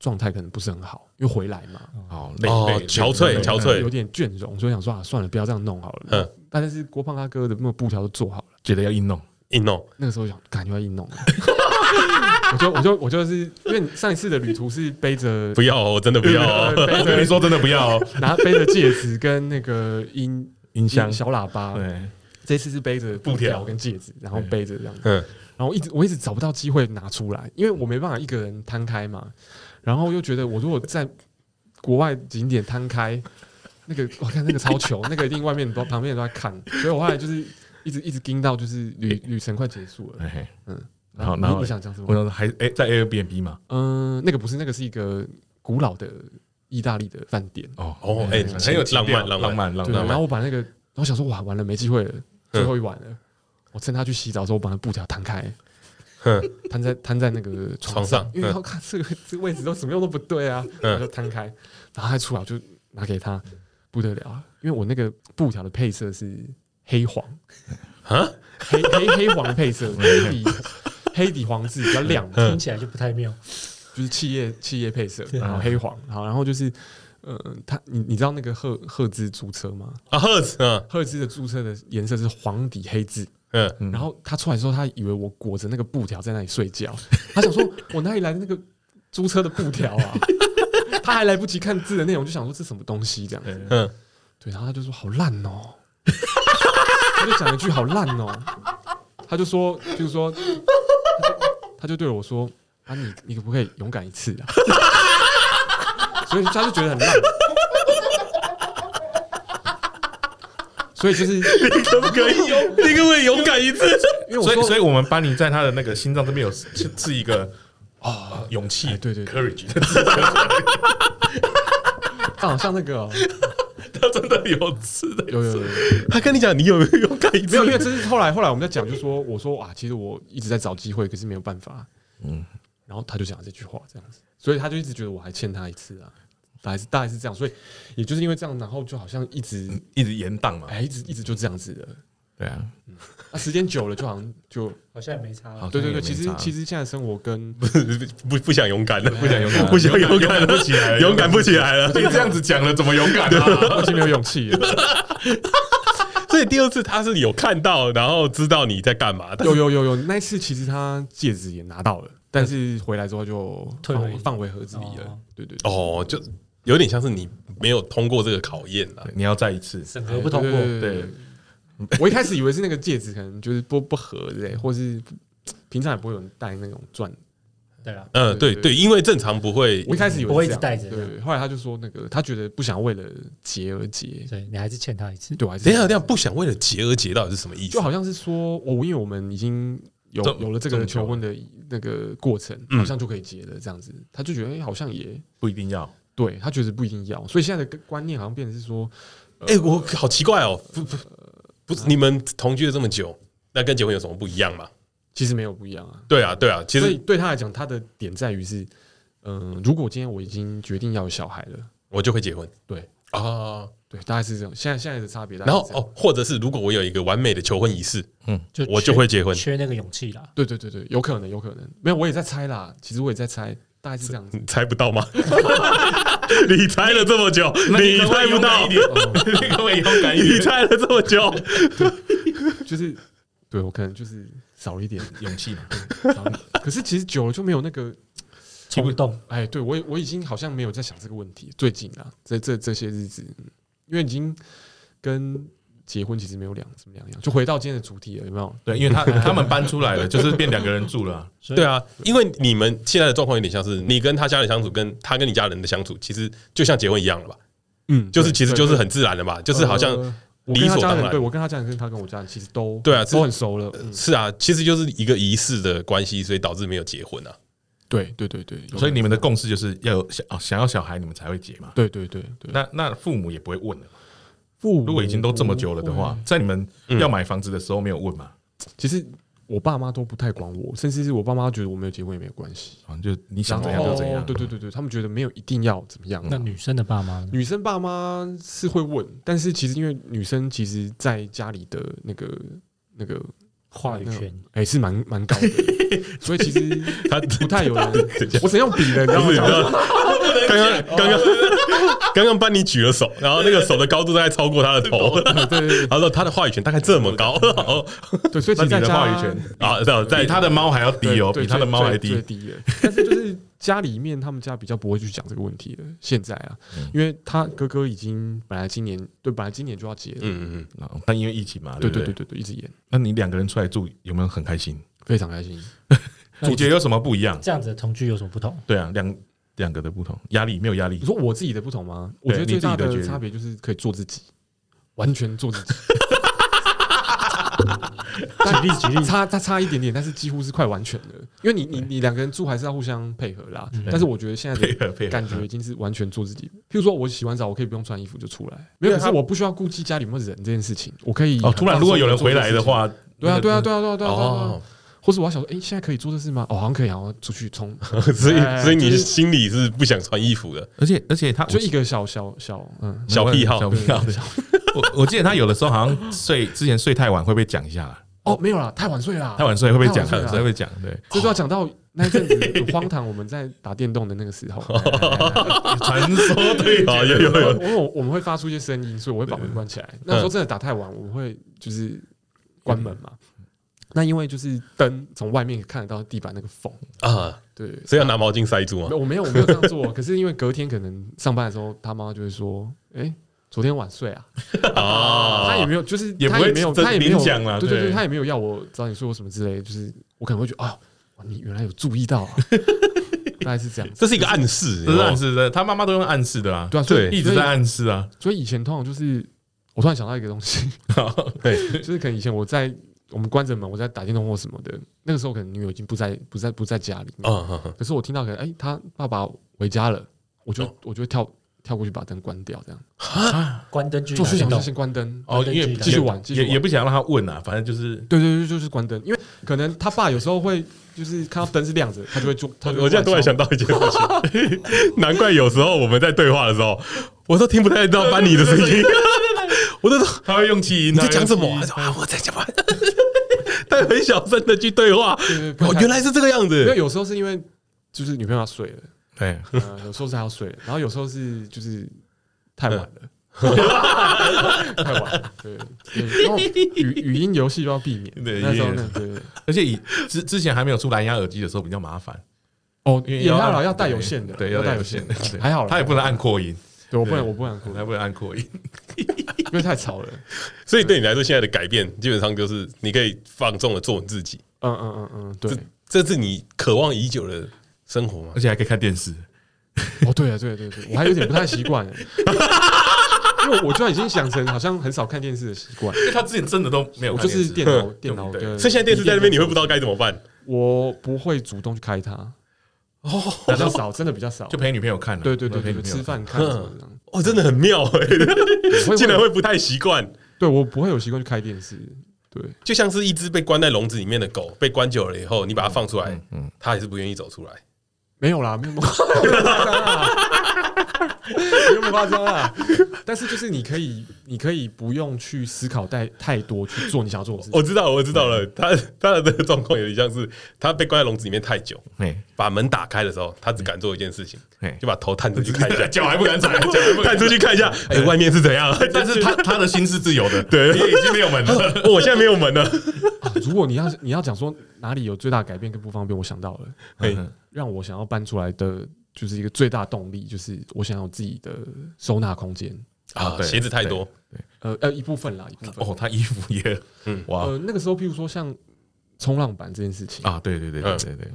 S4: 状态可能不是很好，因为回来嘛，
S1: 哦，
S2: 哦，憔悴，憔
S4: 有
S2: 悴，
S4: 点倦容，所以想说啊，算了，不要这样弄好了。
S2: 嗯
S4: 嗯，但是郭胖他哥的那个布条都做好了，
S1: 觉得要硬弄，
S2: 硬哦，
S4: 那个时候想，感觉要硬 弄了。我就我就我就是因为上一次的旅途是背着
S2: 不要哦，我真的不要哦，
S1: 我跟你说，真的不要哦。
S4: 拿背着戒指跟那个音
S1: 音箱
S4: 小喇叭，
S1: 对，
S4: 这次是背着布条跟戒指，然后背着这样子。
S2: 嗯，
S4: 然后一直我一直找不到机会拿出来，因为我没办法一个人摊开嘛。然后又觉得我如果在国外景点摊开，那个我看那个超 球，那个一定外面都旁边人都在看，所以我后来就是一直一直盯到就是旅旅程快结束了。
S1: 哎，
S4: 嗯，
S1: 然后
S4: 你
S1: 然后
S4: 你想讲什
S1: 我
S4: 么？
S1: 想还哎，在 Airbnb 嘛，
S4: 嗯、那个不是，那个是一个古老的意大利的饭店。
S1: 哦
S2: 哦哎
S1: 很有
S2: 浪漫浪漫
S1: 浪漫浪
S4: 对，啊然
S1: 漫。
S4: 后我把那个，我想说哇，完了没机会
S2: 嗯
S4: 了，最后一晚了。我趁他去洗澡的时候，我把那布条摊开，
S2: 哼
S4: 摊在摊在那个床
S2: 嗯床上
S4: 因为
S2: 嗯
S4: 要看这个这个位置都什么用都不对啊，
S2: 嗯
S4: 我就摊开，然后他出来我就拿给他，不得了啊，因为我那个布条的配色是黑黄，
S2: 啊，
S4: 黑黑黑黄的 配色，黑底黑底黄字比较亮，
S5: 听起来就不太妙。
S4: 就是企业企业配色，
S5: 对
S2: 啊
S4: 然后黑黄，然后然后就是呃，他你你知道那个赫赫兹租车吗？
S2: 啊赫兹，嗯
S4: 赫兹的注册的颜色是黄底黑字，
S2: 嗯，
S1: 嗯
S4: 然后他出来之后，他以为我裹着那个布条在那里睡觉，他想说，我哪里来的那个租车的布条啊？ 他还来不及看字的内容，就想说这什么东西这样子。
S2: 嗯，
S4: 对，然后他就说好烂哦、他就讲一句好烂哦、他就说，就是说，他就他就对我说啊，你你可不可以勇敢一次啊？ 所以他就觉得很烂。 所以就是因
S2: 可不可以勇？你可不可以勇敢一次？
S4: 为我
S1: 所以，
S4: 说，
S1: 所以我们班尼在他的那个心脏这边有是是一个啊勇气，
S4: 哎对对对
S1: ，courage，
S4: 他好像那个哦
S2: 他真的有吃的，
S4: 有有有有
S2: 他跟你讲，你有没有勇敢一
S4: 没
S2: 次
S4: 有，因？为这是后来后来我们在讲，就说我说啊，其实我一直在找机会，可是没有办法。嗯，然后他就讲这句话这样子，所以他就一直觉得我还欠他一次啊，大概是大概是这样，所以也就是因为这样，然后就好像一直
S1: 一直延宕嘛。
S4: 哎一直一直就这样子的，
S1: 对啊，
S4: 那时间久了就好像就
S5: 好像也哦没差
S1: 好
S5: 了。
S4: 对对对，
S1: 像也没
S4: 其实
S1: 差
S4: 其实现在生活跟 啊
S2: 不不想勇敢了，不
S1: 想勇敢了
S2: 不想勇敢了，
S1: 不起来
S2: 勇敢不起来了
S1: 已。经这样子讲了，怎么勇敢啊？
S4: 我已经没有勇气了，
S2: 所以第二次他是有看到，然后知道你在干嘛，但
S4: 有有有有，那一次其实他戒指也拿到了，但是回来之后就
S5: 退
S4: 放
S5: 回
S4: 放回盒子里了
S5: 哦，
S4: 对对对
S2: 哦，就有点像是你没有通过这个考验啊了。
S1: 你要再一次，
S5: 审核不通过，
S4: 对对对对对我一开始以为是那个戒指，可能就是不不合之类，或是平常也不会有人戴那种钻。
S5: 对啊了，
S2: 嗯，对
S4: 对
S2: 对，因为正常不会
S4: 我一开始以为
S5: 不会
S4: 是这
S5: 一直
S4: 样
S5: 戴着
S4: 对，后来他就说那个他觉得不想为了结而结，
S5: 所以你还是欠他一次。
S4: 对我还是
S2: 等一下，等一下，不想为了结而结，到底是什么意思？
S4: 就好像是说我因为我们已经有
S1: 这么
S4: 有了这
S1: 这
S4: 个
S1: 么久
S4: 求婚的那个过程，
S2: 嗯
S4: 好像就可以结了这样子，他就觉得哎、好像也
S1: 不一定要。
S4: 对他觉得不一定要，所以现在的观念好像变成是说
S2: 哎、我好奇怪哦，不不不是，你们同居了这么久，那跟结婚有什么不一样吗？
S4: 其实没有不一样啊，
S2: 对啊，对啊，其
S4: 所以
S2: 实
S4: 对他来讲，他的点在于是，嗯、如果今天我已经决定要有小孩了，
S2: 我就会结婚。
S4: 对
S2: 啊，
S4: 对，大概是这种。现在现在的差别，
S2: 然后，哦，或者是如果我有一个完美的求婚仪式，
S5: 就
S2: 我就
S5: 缺
S2: 会结婚
S5: 缺那个勇 气啦。
S4: 对对对对，有可能有可能，没有，我也在猜啦。其实我也在猜，大概是这样子。
S2: 你猜不到吗？ 你猜了这么久，你猜不到，
S4: 哦
S1: 你可不可以勇敢
S2: 你？猜了这么久，
S4: 就是对我可能就是少一点，
S1: 勇气嘛，
S4: 少一点。可是其实久了就没有那个，
S5: 冲动，
S4: 哎，对我也我已经好像没有在想这个问题。最近啊，这这这些日子，嗯因为已经跟结婚其实没有两什么两样，就回到今天的主题了，有没有？
S1: 对，因为他他们搬出来了，就是变两个人住了啊。
S5: 所以
S2: 对啊，因为你们现在的状况有点像是你跟他家人相处，跟他跟你家人的相处，其实就像结婚一样了吧？
S4: 嗯，
S2: 就是其实就是
S4: 很。
S2: 很自然的嘛，就是好像
S4: 呃我跟
S2: 理
S4: 他
S2: 所
S4: 家
S2: 当
S4: 人
S2: 然
S4: 对我跟他家人跟他跟我家人其实都
S2: 对啊是
S4: 都很熟了。嗯
S2: 是啊，其实就是一个仪式的关系，所以导致没有结婚啊。
S4: 对对对对，有
S1: 所以你们的共识就是要有想哦想要小孩，你们才会结嘛。
S4: 对对对对，
S1: 那那父母也不会问了。
S4: 父母
S1: 如果已经都这么久了的话
S4: 不会，，
S1: 在你们
S2: 嗯
S1: 要买房子的时候没有问嘛？
S4: 其实我爸妈都不太管我，甚至是我爸妈觉得我没有结婚也没有关系，
S1: 好像就哦你
S4: 然
S1: 想
S4: 后
S1: 怎样就怎样。
S4: 嗯哦对对对对，他们觉得没有一定要怎么样。啊
S5: 那女生的爸妈呢
S4: 女生爸妈是会问，但是其实因为女生其实在家里的那个那个
S5: 话语权，
S4: 哎、是蛮蛮高的，所以其实
S2: 他
S4: 不太有人，我只能用比的，你知道
S2: 不是，
S4: 吗？
S2: 刚 刚刚刚刚 刚班尼举了手，然后那个手的高度大概超过他的头，
S4: 对对对
S2: 然后说他的话语权大概这么高， 然后
S4: 对，所以
S1: 那
S4: 其实
S1: 你
S4: 在
S1: 的
S4: 家
S1: 话语权啊，
S2: 在
S1: 比他的猫还要
S4: 对
S1: 低哦，
S4: 对
S1: 比他的
S4: 最
S1: 猫还
S4: 最
S1: 低
S4: 最。低了。 但是就是家里面他们家比较不会去讲这个问题了。现在啊，
S1: 嗯
S4: 因为他哥哥已经本来今年对，本来今年就要结了，
S2: 嗯嗯
S1: 然后但因为疫情嘛，
S4: 对
S1: 不
S4: 对对
S1: 对。
S4: 对对，一直演，
S1: 那你两个人出来住有没有很开心？
S4: 非常开心。
S5: 那
S1: 主
S5: 你
S1: 角有什么不一样？
S5: 这样子的同居有什么不同？
S1: 对啊，两两个的不同，压力没有压力
S4: 你，说我自己的不同吗？我觉得
S1: 对你
S4: 最
S1: 自己
S4: 大
S1: 的觉
S4: 的
S1: 得
S4: 差别就是可以做自己，完全做自 己。
S5: 举例举例，
S4: 差差差一点点，但是几乎是快完全了。因为你你你两个人住还是要互相配合啦。但是我觉得现在
S1: 嗯配
S4: 的
S1: 合配合。
S4: 感觉已经是完全做自己。譬如说我洗完澡，我可以不用穿衣服就出来，没有，可是我不需要顾及家里有没有人这件事情，我可以
S1: 哦，突然
S4: 很放松地
S1: 如果有人
S4: 做
S1: 回
S4: 这件
S1: 来的
S4: 事情，
S1: 话，
S4: 对
S1: 那
S4: 啊
S1: 个
S4: 对啊对啊对啊对
S2: 嗯，
S4: 啊，对啊对啊
S2: 哦，
S4: 或是我要想说，哎，现在可以做这事吗？哦，好 像可以，然后出去冲，
S2: 所以
S4: 哎
S2: 所以你
S4: 就是
S2: 心里是不想穿衣服的
S1: 而且而且他
S4: 就一个小小小 嗯，
S2: 小癖好
S1: 小癖好。我我记得他有的时候好像睡之前睡太晚会被讲一下啦，
S4: 哦，没有啦，太晚睡啦
S1: 太，晚睡会被讲，
S4: 太晚睡啊
S1: 谁会讲？对，
S4: 这就要讲到那一阵子
S1: 哦
S4: 很荒唐，我们在打电动的那个时 候，
S1: 传说 对
S2: 啊，
S1: 决
S2: 有有有，
S4: 我我我们会发出一些
S1: 嗯
S4: 声音，所以我会把门关起来。那时候真的打太晚，我们会就是关门嘛。那因为就是灯从外面看得到地板那个缝，
S2: 啊，
S4: 对，
S2: 所以要拿毛巾塞住啊
S4: 没
S2: 吗？
S4: 有我没有我没有这样做，可是因为隔天可能上班的时候，他妈就会说，哎、昨天晚睡啊，
S2: 啊，
S4: 他也没有，就是
S2: 也
S4: 他
S2: 不会
S4: 也没有，
S2: 真
S4: 他也没有
S2: 明讲啦
S4: 对对
S2: 对
S4: 对，他也没有要我找你说我什么之类的，就是我可能会觉得啊、哇你原来有注意到、啊， 大概是这样子，
S2: 这是一个暗示，哦
S1: 这是暗
S2: 示
S1: 示的，他妈妈都用暗示的啊，
S4: 哦对啊，所以
S1: 一直在暗示啊。
S4: 所以以前通常就是我突然想到一个东西，对， 就是可能以前我在我们关着门，我在打电动或什么的，那个时候可能女友已经不在不在不在家里面，
S2: 啊，嗯
S4: 可是我听到可能哎、她爸爸回家了，我就、
S2: 哦
S4: 我就跳跳过去把灯关掉，这样，
S5: 关灯去
S4: 就
S5: 打
S4: 是
S5: 电
S4: 想说
S5: 动，
S4: 先关灯，
S1: 哦，
S5: 对
S1: 因为
S5: 继
S4: 续
S1: 也
S4: 玩继续
S1: 也
S4: 玩
S1: 也不想让他问啊，反正就是
S4: 对对对，就是关灯，因为可能他爸有时候会就是看到灯是亮着，他就会就他就
S2: 我
S4: 会
S2: 我现在突然想到一件事情，难怪有时候我们在对话的时候，我都听不太到班尼的声音， 我都说
S1: 他会用气音。
S2: 你
S1: 他
S2: 在
S1: 会
S2: 讲
S1: 用
S2: 什么
S1: 气音
S2: 啊？他说啊，我在讲 话，但很小声的去对话。
S4: 对对对
S2: 哦，原来是这个样
S4: 因为
S2: 子。
S4: 有时候是因为就是女朋友要睡了，
S1: 哎，
S4: 呃，有时候是她要睡了，然后有时候是就是太晚了，
S1: 嗯
S4: 太晚了，对，对然后语语音游戏就要避免，
S1: 对
S4: 那时候
S1: 语音
S4: 那对
S1: 而且以之之前还没有出蓝牙耳机的时候比较麻烦，
S4: 哦，
S1: 因为
S4: 也还好要带有线的，
S1: 对，
S4: 要
S1: 要
S4: 带
S1: 带
S4: 有
S1: 有
S4: 线
S1: 线
S4: 的
S1: 的，，
S4: 还好啦，
S1: 他也不能按扩音，
S4: 对，我不能
S1: 对
S4: 我不能哭，
S1: 他不能按扩音。
S4: 因为太吵了，
S2: 所以对你来说，现在的改变基本上就是你可以放纵的做你自己，
S4: 嗯嗯嗯嗯，对，
S2: 这是你渴望已久的生活吗
S1: 而？且还可以看电视。
S4: 哦，对啊，对啊对啊对啊，我还有点不太习 惯欸，因为我就已经想成好像很少看电视的习惯，
S1: 因为他之前真的都没有
S4: 我
S1: 看
S4: 就
S1: 电视，
S4: 是电脑
S1: 嗯
S4: 电脑
S1: 对
S4: 跟，
S2: 所以现在电视在那边，你会不知道该怎么办。
S4: 我不会主动去开它，哦，比较少，真的比较少
S1: 就，陪女朋友看了，
S4: 对对
S1: 就
S4: 对
S1: 陪女
S4: 对对，
S1: 朋友
S4: 吃
S1: 看
S4: 饭看什么 这样
S2: 哦，真的很妙哎，
S4: 我也，
S2: 嗯 竟然会不太习惯，
S4: 对我不会有习惯去开电视，对，
S2: 就像是一只被关在笼子里面的狗，被关久了以后，你把它放出来，
S1: 嗯，
S2: 它还是不愿意走出来。
S4: 没有啦，没有那么没有那么夸张啦，没有那么夸张啦，但是就是你可以，你可以不用去思考太太多去做你想要做的事情，
S2: 我知道，我知道
S1: 嗯
S2: 了，它它的这个状况有点像是它被关在笼子里面太久，
S1: 哎
S2: 把门打开的时候，它只敢做一件事情，
S1: 哎，
S2: 就把头探出去看一下
S1: ，脚还不 敢踩，脚还不
S2: 探
S1: 敢
S2: 出去看一下，哎，外面是怎样？
S1: 但是 他他的心是自由的，对，因为已经没有门了。嗯
S2: 哦我现在没有门了，
S4: 啊如果你要你要讲说哪里有最大改变跟不方便，我想到了，
S2: 哎
S1: 嗯
S4: 让我想要搬出来的就是一个最大动力，就是我想要有自己的收纳空间。
S2: 啊，
S1: 哦对
S2: 鞋子太多，
S4: 呃呃，一部分啦，一部分。
S1: 哦，他衣服也，
S2: 嗯
S1: 嗯，哇
S4: 呃，那个时候，譬如说像冲浪板这件事情，
S1: 啊，对对对对对对，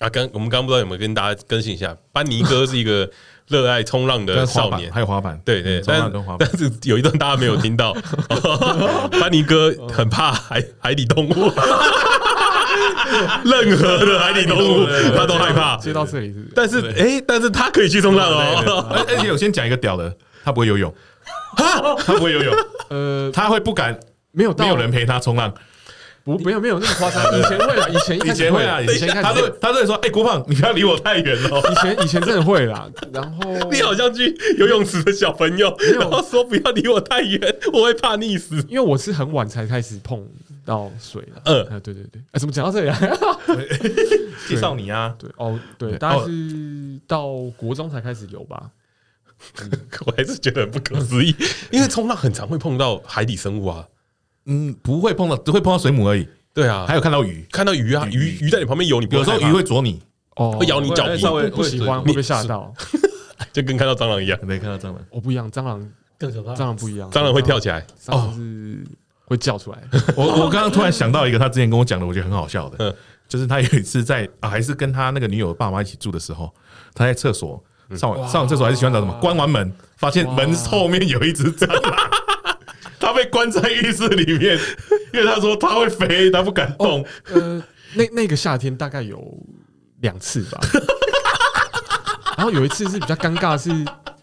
S2: 啊，刚我们刚刚不知道有没有跟大家更新一下，班尼哥是一个热爱冲浪的
S1: 跟滑
S2: 少
S1: 板
S2: 年，
S1: 还有滑板，
S2: 对对，
S1: 冲
S2: 但
S1: 浪跟滑板
S2: 但是有一段大家没有听 到，班尼哥很怕海海底动 物，任何的海底动物他都害怕。
S4: 接到这里是不是？
S2: 但是哎，但是他可以去冲浪哦。
S1: 而而且我先讲一个屌的，他不会游泳，他不会游泳，
S4: 呃，
S1: 他会不敢，
S4: 没有到
S1: 没有人陪他冲浪。
S4: 不没有没有那么 夸张，以前会啦，以前一开
S1: 以
S4: 始
S1: 前会啊，
S4: 以前一开
S1: 他
S4: 始
S1: 都他都会说，哎，国胖，你不要离我太远哦 了。
S4: 以前以前真的会啦，然后
S2: 你好像去游泳池的小朋友，
S4: 有
S2: 然后说不要离我太远，我会怕溺死。
S4: 因为我是很晚才开始碰到水了，
S2: 嗯
S4: 呃，对对对，哎，怎么讲到这里啊？
S1: 介绍你啊，
S4: 对哦，对，
S1: 对
S4: 大概
S1: 哦
S4: 是到国中才开始游吧，
S2: 我还是觉得很不可思议，嗯 因为冲浪很常会碰到海底生物啊。
S1: 嗯，不会碰到，只会碰到水母而已，
S2: 对啊，
S1: 还有看到鱼，
S2: 看到鱼啊，
S1: 鱼
S2: 鱼
S1: 鱼
S2: 鱼在你旁边游，你不
S1: 有时候
S2: 害怕
S1: 鱼会啄你，
S4: 哦，
S2: 会咬你脚皮
S1: 稍微
S4: 不不喜欢
S2: 你
S4: 会被吓到，
S2: 就跟看到蟑螂一样，
S1: 没看到蟑螂。
S4: 我哦不一样，蟑螂
S5: 更可怕。
S4: 蟑螂不一样，
S2: 蟑螂会跳起来。哦
S4: 蟑螂是会叫 出来，
S1: 我我刚刚突然想到一个他之前跟我讲的，我觉得很好笑的
S2: 嗯，
S1: 就是他有一次在啊，还是跟他那个女友爸妈一起住的时候，他在厕所
S2: 嗯
S1: 上完上完厕所还是洗完澡什么，关完门发现门后面有一只蟑螂，他被关在浴室里面，因为他说他会飞，他不敢动。
S4: 呃，那那个夏天大概有两次 吧，然后有一次是比较尴尬的是，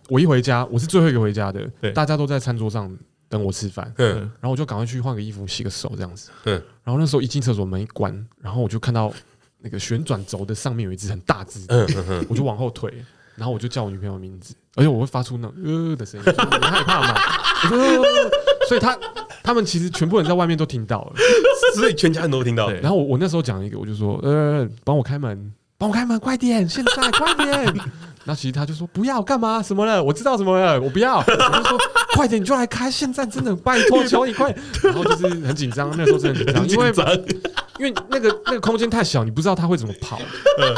S4: 我一回家，我是最后一个回家的，
S1: 对
S4: 大家都在餐桌上等我吃饭，
S2: 嗯，
S4: 然后我就赶快去换个衣服、洗个手这样子。
S2: 嗯
S4: 然后那时候一进厕所门一关，然后我就看到那个旋转轴的上面有一只很大只，
S2: 嗯嗯嗯，
S4: 我就往后退，然后我就叫我女朋友的名字，而且我会发出那种呃的声音，就是很害怕嘛。我就呃所以他他们其实全部人在外面都听到了。
S2: 所以全家人都听到。
S1: 对
S4: 然后我我那时候讲一个，我就说呃，帮我开门，帮我开门，快点，现在快点。 那其实他就说不要干嘛什么了，我知道什么了，我不要。我就说 快点，你就 来开，现在真的拜托求你快。然后就是很紧张，那时候真的很紧张，因为
S2: 很紧张
S4: 因为那个那个空间太小，你不知道他会怎么跑。
S2: 嗯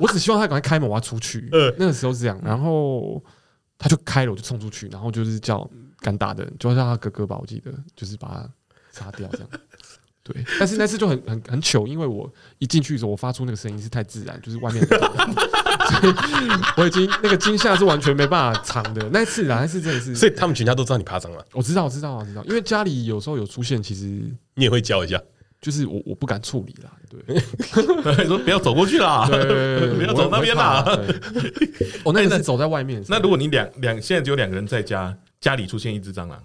S4: 我只希望他赶快开门，我要出去。那个时候是这样，然后他就开了，我就冲出去，然后就是叫敢打的人，就叫他哥哥吧，我记得就是把他杀掉这样。对，但是那次就很很很糗，因为我一进去的时候，我发出那个声音是太自然，就是外面的，所以 我已经那个惊吓是完全没办法藏的。那一次啊，那次真的
S2: 所
S4: 是，
S2: 以他们全家都知道你爬蟑螂，
S4: 我知道，我知道，我知道，因为家里有时候有出现，其实
S2: 你也会教一啊下。
S4: 就是我我不敢处理啦，对。
S1: 说不要走过去啦。
S4: 啊 对，
S1: 不要走那边啦
S4: 我会怕。 对哦，那个是走在外面。
S1: 那如果你两两现在只有两个人在家，家里出现一只蟑螂，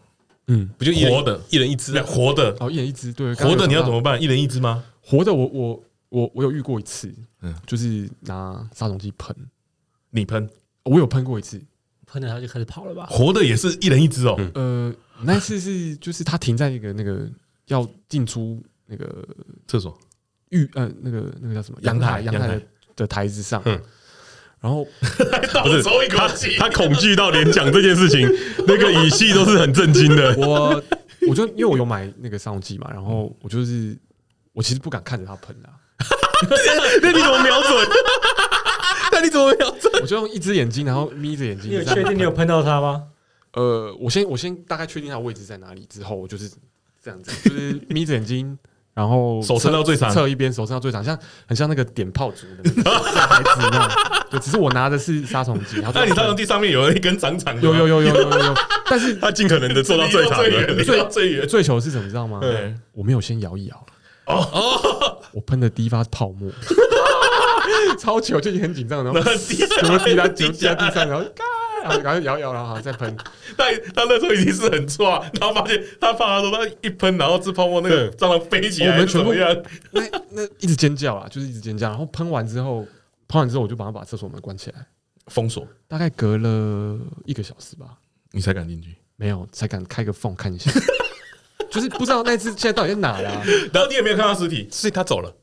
S4: 嗯，
S2: 不就一人
S1: 活的
S2: 一人一只啊？
S1: 活的
S4: 哦，一人一只，对，刚刚
S1: 活
S4: 有
S1: 的
S4: 讲
S1: 你要
S4: 到
S1: 怎么办？一人一只吗？
S4: 活的我？我我我有遇过一次，
S1: 嗯
S4: 嗯，就是拿杀虫剂喷，
S1: 你喷
S4: 我有喷过一次。
S5: 喷了他就开始跑了吧？
S1: 活的也是一人一只哦，
S2: 嗯
S4: 呃，那一次是就是他停在一个那个要进出那个
S1: 厕所
S4: 浴呃那个那个叫什么
S1: 阳台
S4: 阳
S1: 阳
S4: 台
S1: 台
S4: 的的台子上
S2: 嗯，
S4: 然后
S2: 不是
S1: 抽一口
S2: 他
S1: 气
S2: 他恐惧到连讲这件事情，那个语气都是很震惊 的。
S4: 我我就因为我有买那个杀虫剂嘛，然后我就是我其实不敢看着他喷啊，
S2: 那你怎么瞄 准？那你怎么瞄准？
S4: 我就用一只眼睛，然后眯着眼睛
S5: 你
S4: 这
S5: 有
S4: 样喷。
S5: 确定你有喷到他吗？
S4: 呃，我先我先大概确定它位置在哪里之后，我就是这样子，就是眯着眼睛，然后
S1: 手伸到最长
S4: 侧一边手伸到最长，像很像那个点炮竹的那个小孩子一样。对，只是我拿的是杀虫剂，然后就
S1: 那你杀虫剂上面有一根长长的，
S4: 有有有有有有有，但是
S2: 他尽可能的做到最
S1: 离
S2: 长
S1: 最远，
S2: 的。
S1: 离到最远。
S4: 最糗的是什么，你知道吗？
S1: 对，
S4: 我没有先摇一摇，哦，我喷的第一发是泡 沫，超糗，就已经很紧张，然后怎么滴到滴 到地上，然后嘎，然后然后摇一摇，然后好再喷，
S1: 但他那时候已经是很抓，然后发现他放的时候，他一喷，然后是泡沫那个蟑螂飞起来，
S4: 我们全部
S1: 怎么样？
S4: 那那一直尖叫啊，就是一直尖叫，然后喷完之后，喷完之后我就马上把厕所门关起来，
S1: 封锁，
S4: 大概隔了一个小时吧，
S1: 你才敢进去。
S4: 没有才敢开个缝看一下， 就是不知道那只现在到底在哪啦、
S1: 然后你也没有看到尸体，
S2: 所以他走了，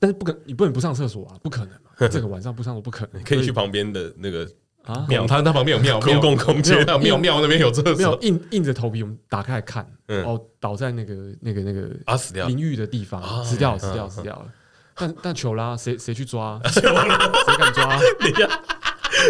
S4: 但是不可，你不能不上厕所啊，不可能 嘛，这个晚上不上我不可能，
S2: 可以去旁边的那个
S4: 啊，
S1: 庙，他他旁边有庙，
S2: 公共空
S1: 庙
S2: 间。
S1: 庙庙庙那边有厕
S4: 没有
S1: 所，
S4: 硬硬着头皮我们打开来看，
S2: 嗯
S4: 哦，倒在那个那个那个
S2: 啊，死掉了啊
S4: 淋！浴的地方，死掉了，死掉了，死掉了。但但球啦，谁谁去抓？ 谁敢抓？
S2: 等一下，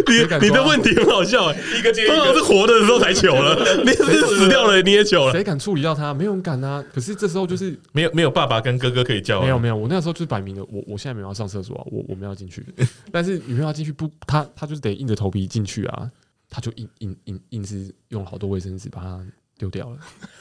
S4: 谁敢
S2: 你
S4: 抓
S2: 你的问题很好笑哎、
S1: 一个接一
S2: 通常
S1: 个
S2: 是。活的时候才糗 了，你是死掉了你也糗了。
S4: 谁敢处理到他？没有人敢啊！可是这时候就是
S1: 没有没有爸爸跟哥哥可以叫啊，
S4: 没有没有，我那时候就是摆明了，我我现在没有要上厕所啊，我我们要进去， 但是女朋友要进去不，她她就是得硬着头皮进去啊，她就硬硬硬硬是用好多卫生纸把它丢掉了。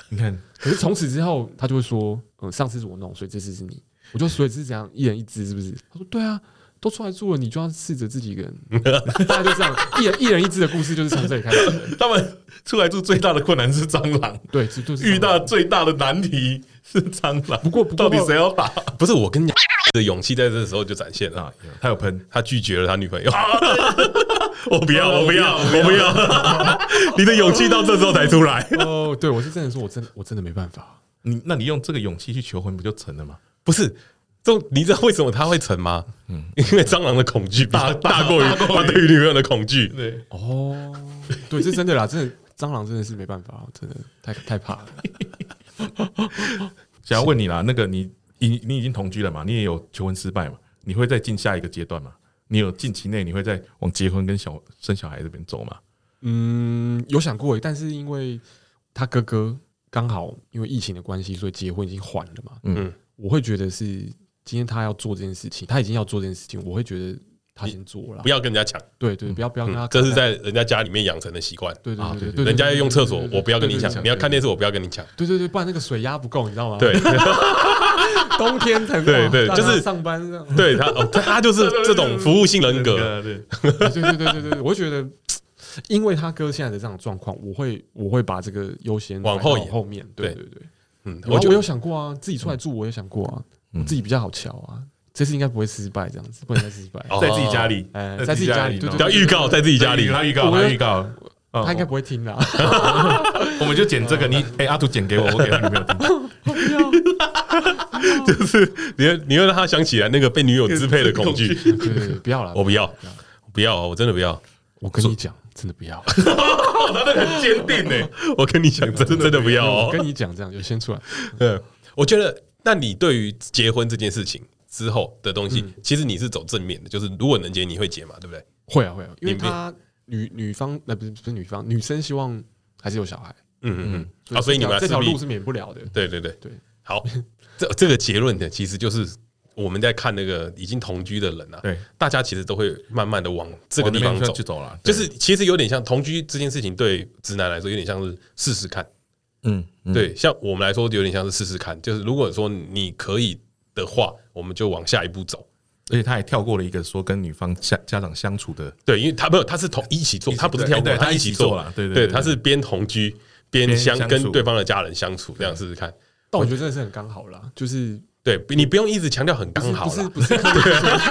S1: 你看
S4: 可是从此之后，她就会说，嗯，上次是我弄，所以这次是你。我就所以是这样，一人一只是不是？她说对啊，都出来住了，你就要试着自己一个人， 大概就这样，一人一人一只的故事就是从这里开始的。
S1: 他们出来住最大的困难是蟑螂，
S4: 对，就就是
S1: 遇到最大的难题是蟑螂。
S4: 不过不
S1: 到
S4: 过
S1: 底谁要打
S2: 不是我跟你讲，的勇气在这时候就展现了。
S1: 啊？他有喷，
S2: 他拒绝了他女朋友。
S1: 啊
S2: 我不要，我不要，我不要！ 你的勇气到这时候才出来，
S4: 哦，对我是真的说，我真的我真的没办法。
S1: 你那你用这个勇气去求婚不就成了吗？
S2: 不是？这种你知道为什么他会成吗？
S4: 嗯
S2: 因为蟑螂的恐惧大大过于他对于女朋友的恐惧。
S1: 对，
S4: 哦，对，这真的啦，真的蟑螂真的是没办法，真的太太怕了。
S1: 想要问你啦，那个你你你已经同居了嘛？你也有求婚失败嘛？你会再进下一个阶段吗？你有近期内你会再往结婚跟小生小孩这边走吗？
S4: 嗯，有想过耶，但是因为他哥哥刚好因为疫情的关系，所以结婚已经缓了嘛。
S1: 嗯
S4: 嗯，我会觉得是今天他要做这件事情，他已经要做这件事情，我会觉得他先做了
S2: 不。要跟人家抢，
S4: 对对，不要不要跟他
S2: 嗯
S4: 卡在，
S2: 这是在人家家里面养成的习惯。
S4: 对
S1: 啊对
S4: 对对
S1: 对
S4: 对，
S2: 人家要
S4: 对
S2: 用厕所
S4: 对，对
S2: 我不要跟
S4: 对
S2: 你
S4: 对
S2: 抢；
S4: 对
S2: 你要看电
S4: 对
S2: 视，我不要跟你抢。
S4: 对对对，不然那个水压不够，你知道吗？
S2: 对，
S4: 冬天才
S2: 对对
S4: 哇
S2: 就是
S4: 上班这样。
S2: 对他，哦他就是这种服务性人格。
S1: 对，
S4: 对对对对对对，我会觉得，因为他哥现在的这种状况，我会我会把这个优先
S2: 往后
S4: 摆到
S2: 延
S4: 后面。对
S2: 对
S4: 对对，
S2: 嗯，
S4: 我
S2: 我
S4: 我有
S2: 就
S4: 想过啊，自己出来住我也想过啊，
S1: 嗯
S4: 我自己比较好瞧啊，这次应该不会失败，这样子不能再失败。
S2: 哦
S1: 在自己家里，
S4: 哎在自己家里对对
S2: 要预告在自己家 里，
S1: 他预告，
S4: 我
S1: 他预告，哦
S4: 他应该不会听啦，
S1: 我们就剪这个，你哎，阿土剪给我，我给他女朋友听。
S2: 你会你会让他想起来那个被女友支配的 恐惧。
S4: 对对对，不要啦，
S2: 我不要，不要啊！我真的不要。
S4: 我跟你讲，真的不要，
S1: 哦，他那个 很坚定呢。欸
S2: 我跟你讲，真的真的不要
S4: 我
S2: 哦。
S4: 跟你讲，这样就先出来，
S2: 嗯，我觉得那你对于结婚这件事情之后的东
S1: 嗯
S2: 西，其实你是走正面的，就是如果能结，你会结嘛，对不对？
S4: 会啊会啊，因为
S2: 你
S4: 他女女方呃不是不是女方，女生希望还是有小孩
S2: 嗯嗯嗯。啊，所以你们
S4: 这
S2: 势
S4: 条这条
S2: 必
S4: 路是免不了的。
S2: 对对对
S4: 对。
S2: 好， 这这个结论呢，其实就是我们在看那个已经同居的人啊，
S1: 对，
S2: 大家其实都会慢慢的往这
S1: 这
S2: 个地方走
S1: 哦就，走了，
S2: 就是其实有点像同居这件事情，对直男来说有点像是试试看。
S1: 嗯，嗯，
S2: 对，像我们来说有点像是试试看，就是如果说你可以的话，我们就往下一步走。
S1: 而且他还跳过了一个说跟女方家家长相处的，
S2: 对，因为他没有，他是同一起做，他不是跳过，
S1: 对对
S2: 他
S1: 他一
S2: 起
S1: 起
S2: 做
S1: 做啦对对
S2: 对，
S1: 对
S2: 他是边同居边
S1: 边
S2: 相
S1: 相
S2: 跟
S1: 处
S2: 对方的家人相处，这样试试看。
S4: 但我觉得真的是很刚好啦，就是
S2: 对你不用一直强调很
S4: 不
S2: 刚
S4: 是
S2: 好
S4: 不是
S2: 啦，
S4: 不是，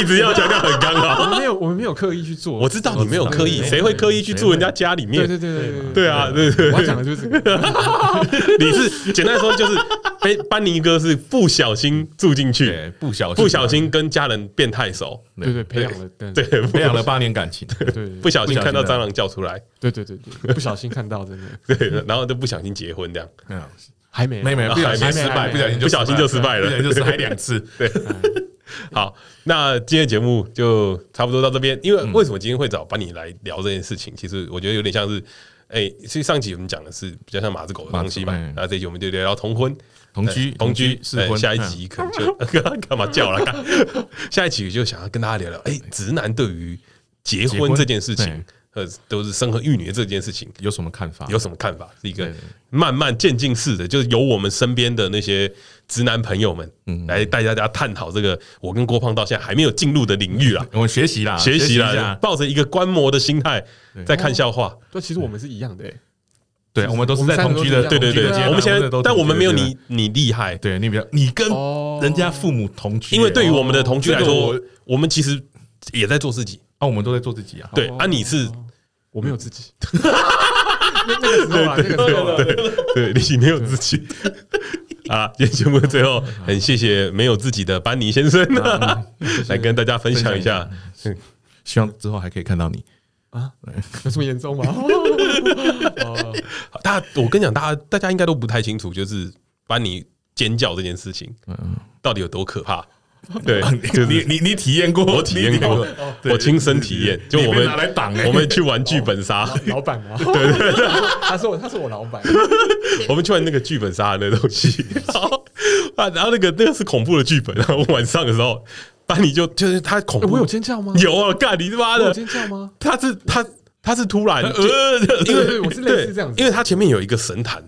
S2: 一直要强调很刚好。
S4: 我们没有我们没有刻意去做。
S2: 我知道你没有刻意，
S1: 对
S2: 谁会刻意去住人家家里
S4: 对
S2: 面？
S4: 对对对对
S2: 对啊，对对
S4: 我要讲的就是这个，
S2: 对，你是简单说就是被班尼哥是不小心住进去，
S1: 对，不小
S2: 不小心跟家人变太熟，
S4: 对对，培养了，对
S2: 对，
S1: 培养了八年感情，
S4: 对对
S2: 不小心
S1: 不小心
S2: 看到
S1: 的
S2: 蟑螂叫出来，
S4: 对对对对，不小心看到真的
S2: 对，然后就不小心结婚这样。
S1: 嗯，
S4: 还没啊
S1: 妹妹哎不小心失败，不小心就
S2: 不小心就失败了
S1: 不 小心就失败两次，
S2: 好，那今天节目就差不多到这边。因为为什么今天会找把你来聊这件事情？其实我觉得有点像是，哎、其实上集我们讲的是比较像马子狗的东西嘛
S1: 马子狗，嗯
S2: 然后这一集我们就聊聊同婚、
S1: 同居
S2: 哎同居
S1: 同居试婚
S2: 哎下一集可能就 干嘛叫了？干下一集就想要跟大家聊聊，哎、直男对于结
S1: 结
S2: 婚
S1: 婚
S2: 这件事情
S1: 对，
S2: 呃，都是生和育女的这件事情。
S1: 有什么看法？
S2: 有什么看法？是一个
S1: 对对
S2: 慢慢渐进式的，就是由我们身边的那些直男朋友们，来带大家探讨这个我跟郭胖到现在还没有进入的领域啊，
S1: 我们学习啦，
S2: 学习
S1: 一
S2: 啦，
S1: 下，
S2: 抱着一个观摩的心态在看笑话。
S4: 对，其实我们是一样的欸，
S1: 对，我们都是在同居的，
S2: 对对对，
S1: 同居的阶段
S2: 我们现在
S1: 都同，居
S2: 但我们没有
S1: 的阶
S2: 你你厉害，
S1: 段，对你比较，你跟
S4: 哦
S1: 人家父母同居，
S2: 因为对于
S1: 哦
S2: 我们的同居来
S1: 这个
S2: 说
S1: 我，
S2: 我们其实也在做自己。
S1: 啊，我们都在做自己啊，
S2: 对啊，你是
S4: 我没有自己。 那那个时候啊，那个时候啊，
S2: 嗯对你没有自己。 啊，今天节目的最后，很谢谢没有自己的班尼先生、啊来跟大家嗯分享一下。
S1: 希望之后还可以看到你，
S4: 有这么严重吗？
S2: 大家，我跟你讲，大家大家应该都不太清楚，就是班尼尖叫这件事情，到底有多可 怕？对，就是
S1: 你你你体验过，哦
S2: 我体验过，我亲身体验，就我
S1: 你被
S2: 们
S1: 拿来挡欸哦
S2: 我们去玩剧本杀，
S4: 老板吗？对对对， 他说我，他说我老板，
S2: 嗯
S1: 哦
S2: 我们去玩那个剧本杀的那东 西，然后啊，然后那个那个是恐怖的剧本，然后晚上的时候，班尼就就是他恐
S1: 哎
S2: 怖，
S4: 我有尖叫吗？
S2: 有啊，干你他妈
S4: 我有
S2: 的，
S4: 尖叫吗？
S2: 他是他他是突然，
S1: 呃
S4: 对对对，我是类似这样子，
S2: 因为它前面有一个神坛，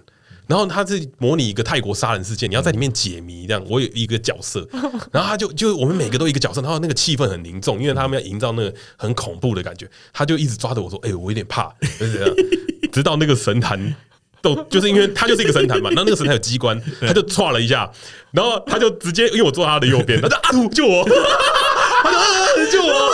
S2: 然后它是模拟一个泰国杀人事件，你要在里面解谜这样。我有一个角 色，然后他就就我们每个都一个角色，然后那个气氛很凝重，因为他们要营造那个很恐怖的感觉。他就一直抓着我说：“哎、我有点怕。”就是这样， 直到那个神坛。都就是因为它就是一个神坛嘛，然后那个神坛有机关，他就歘了一下，然后他就直接因为我坐他的右边，他就阿土 救我，他就啊救我，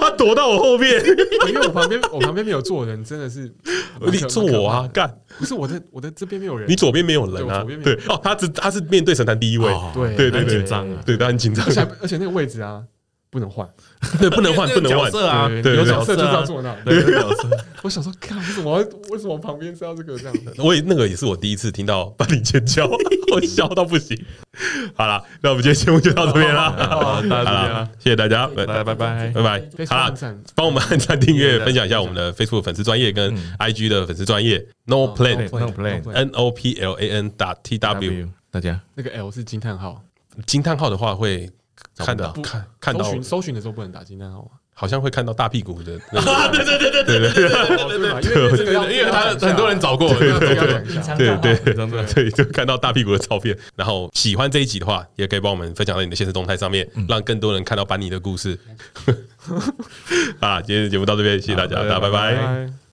S2: 他躲到我后面，
S4: 因为我旁边我旁边没有坐人，真的是
S2: 你坐我啊，，干，
S4: 不是我的我的这边没有人，
S2: 你左边没有人
S4: 对我
S2: 啊
S4: 左边？没有
S2: 对，哦，他只他是面对神坛第一位，
S4: 对
S2: 对对对，
S1: 紧张啊
S2: 对，他很紧张
S4: 而，且而且那个位置啊不能换，
S2: 对，不 能换，不能
S1: 角
S2: 换，
S1: 色啊，
S2: 对
S4: 有
S2: 对
S4: 角
S1: 角
S4: 色
S1: 色
S4: 就是
S1: 啊
S4: 要坐那。
S1: 对，有角色，啊
S4: 我想说，看为什么要为什么旁边是要这个这样子？
S2: 我也那个也是我第一次听到班里尖叫， 我笑到不行。好了，那我们今天节目就到这边啦，
S1: 好，
S2: 好
S1: 大家再见
S2: 了
S1: 啦，，
S2: 谢谢大家，拜
S1: 大家拜拜。
S2: 拜拜。
S4: 非
S2: 好
S4: 常
S2: 了
S4: 赞。赞
S2: 帮我们按赞、订阅、分享一下我们的 Facebook 粉丝专业跟 IG 的粉丝专业嗯哦 No 呃 Plan
S1: plan，no plan
S2: N O P L A N 打 T W
S1: 大家
S4: 那个 L 是惊叹号，
S2: 惊叹号的话会看到
S1: 找不
S2: 看看
S4: 搜
S2: 到
S4: 寻搜寻的时候不能打惊叹号啊，
S2: 好像会看到大屁股的那个。
S4: 对对对，因为这个要
S1: 因为他很多人找过，
S4: 对对对
S5: 隐藏
S2: 对
S5: 账号
S2: 对
S1: 张
S2: 对，所以就看到大屁股的照片。然后喜欢这一集的话，也可以帮我们分享到你的现实动态上面，让更多人看 到班尼的故事。啊，今天的节目到这边，谢谢大家，
S1: 好
S2: 大家拜拜。
S1: 拜拜
S4: 对。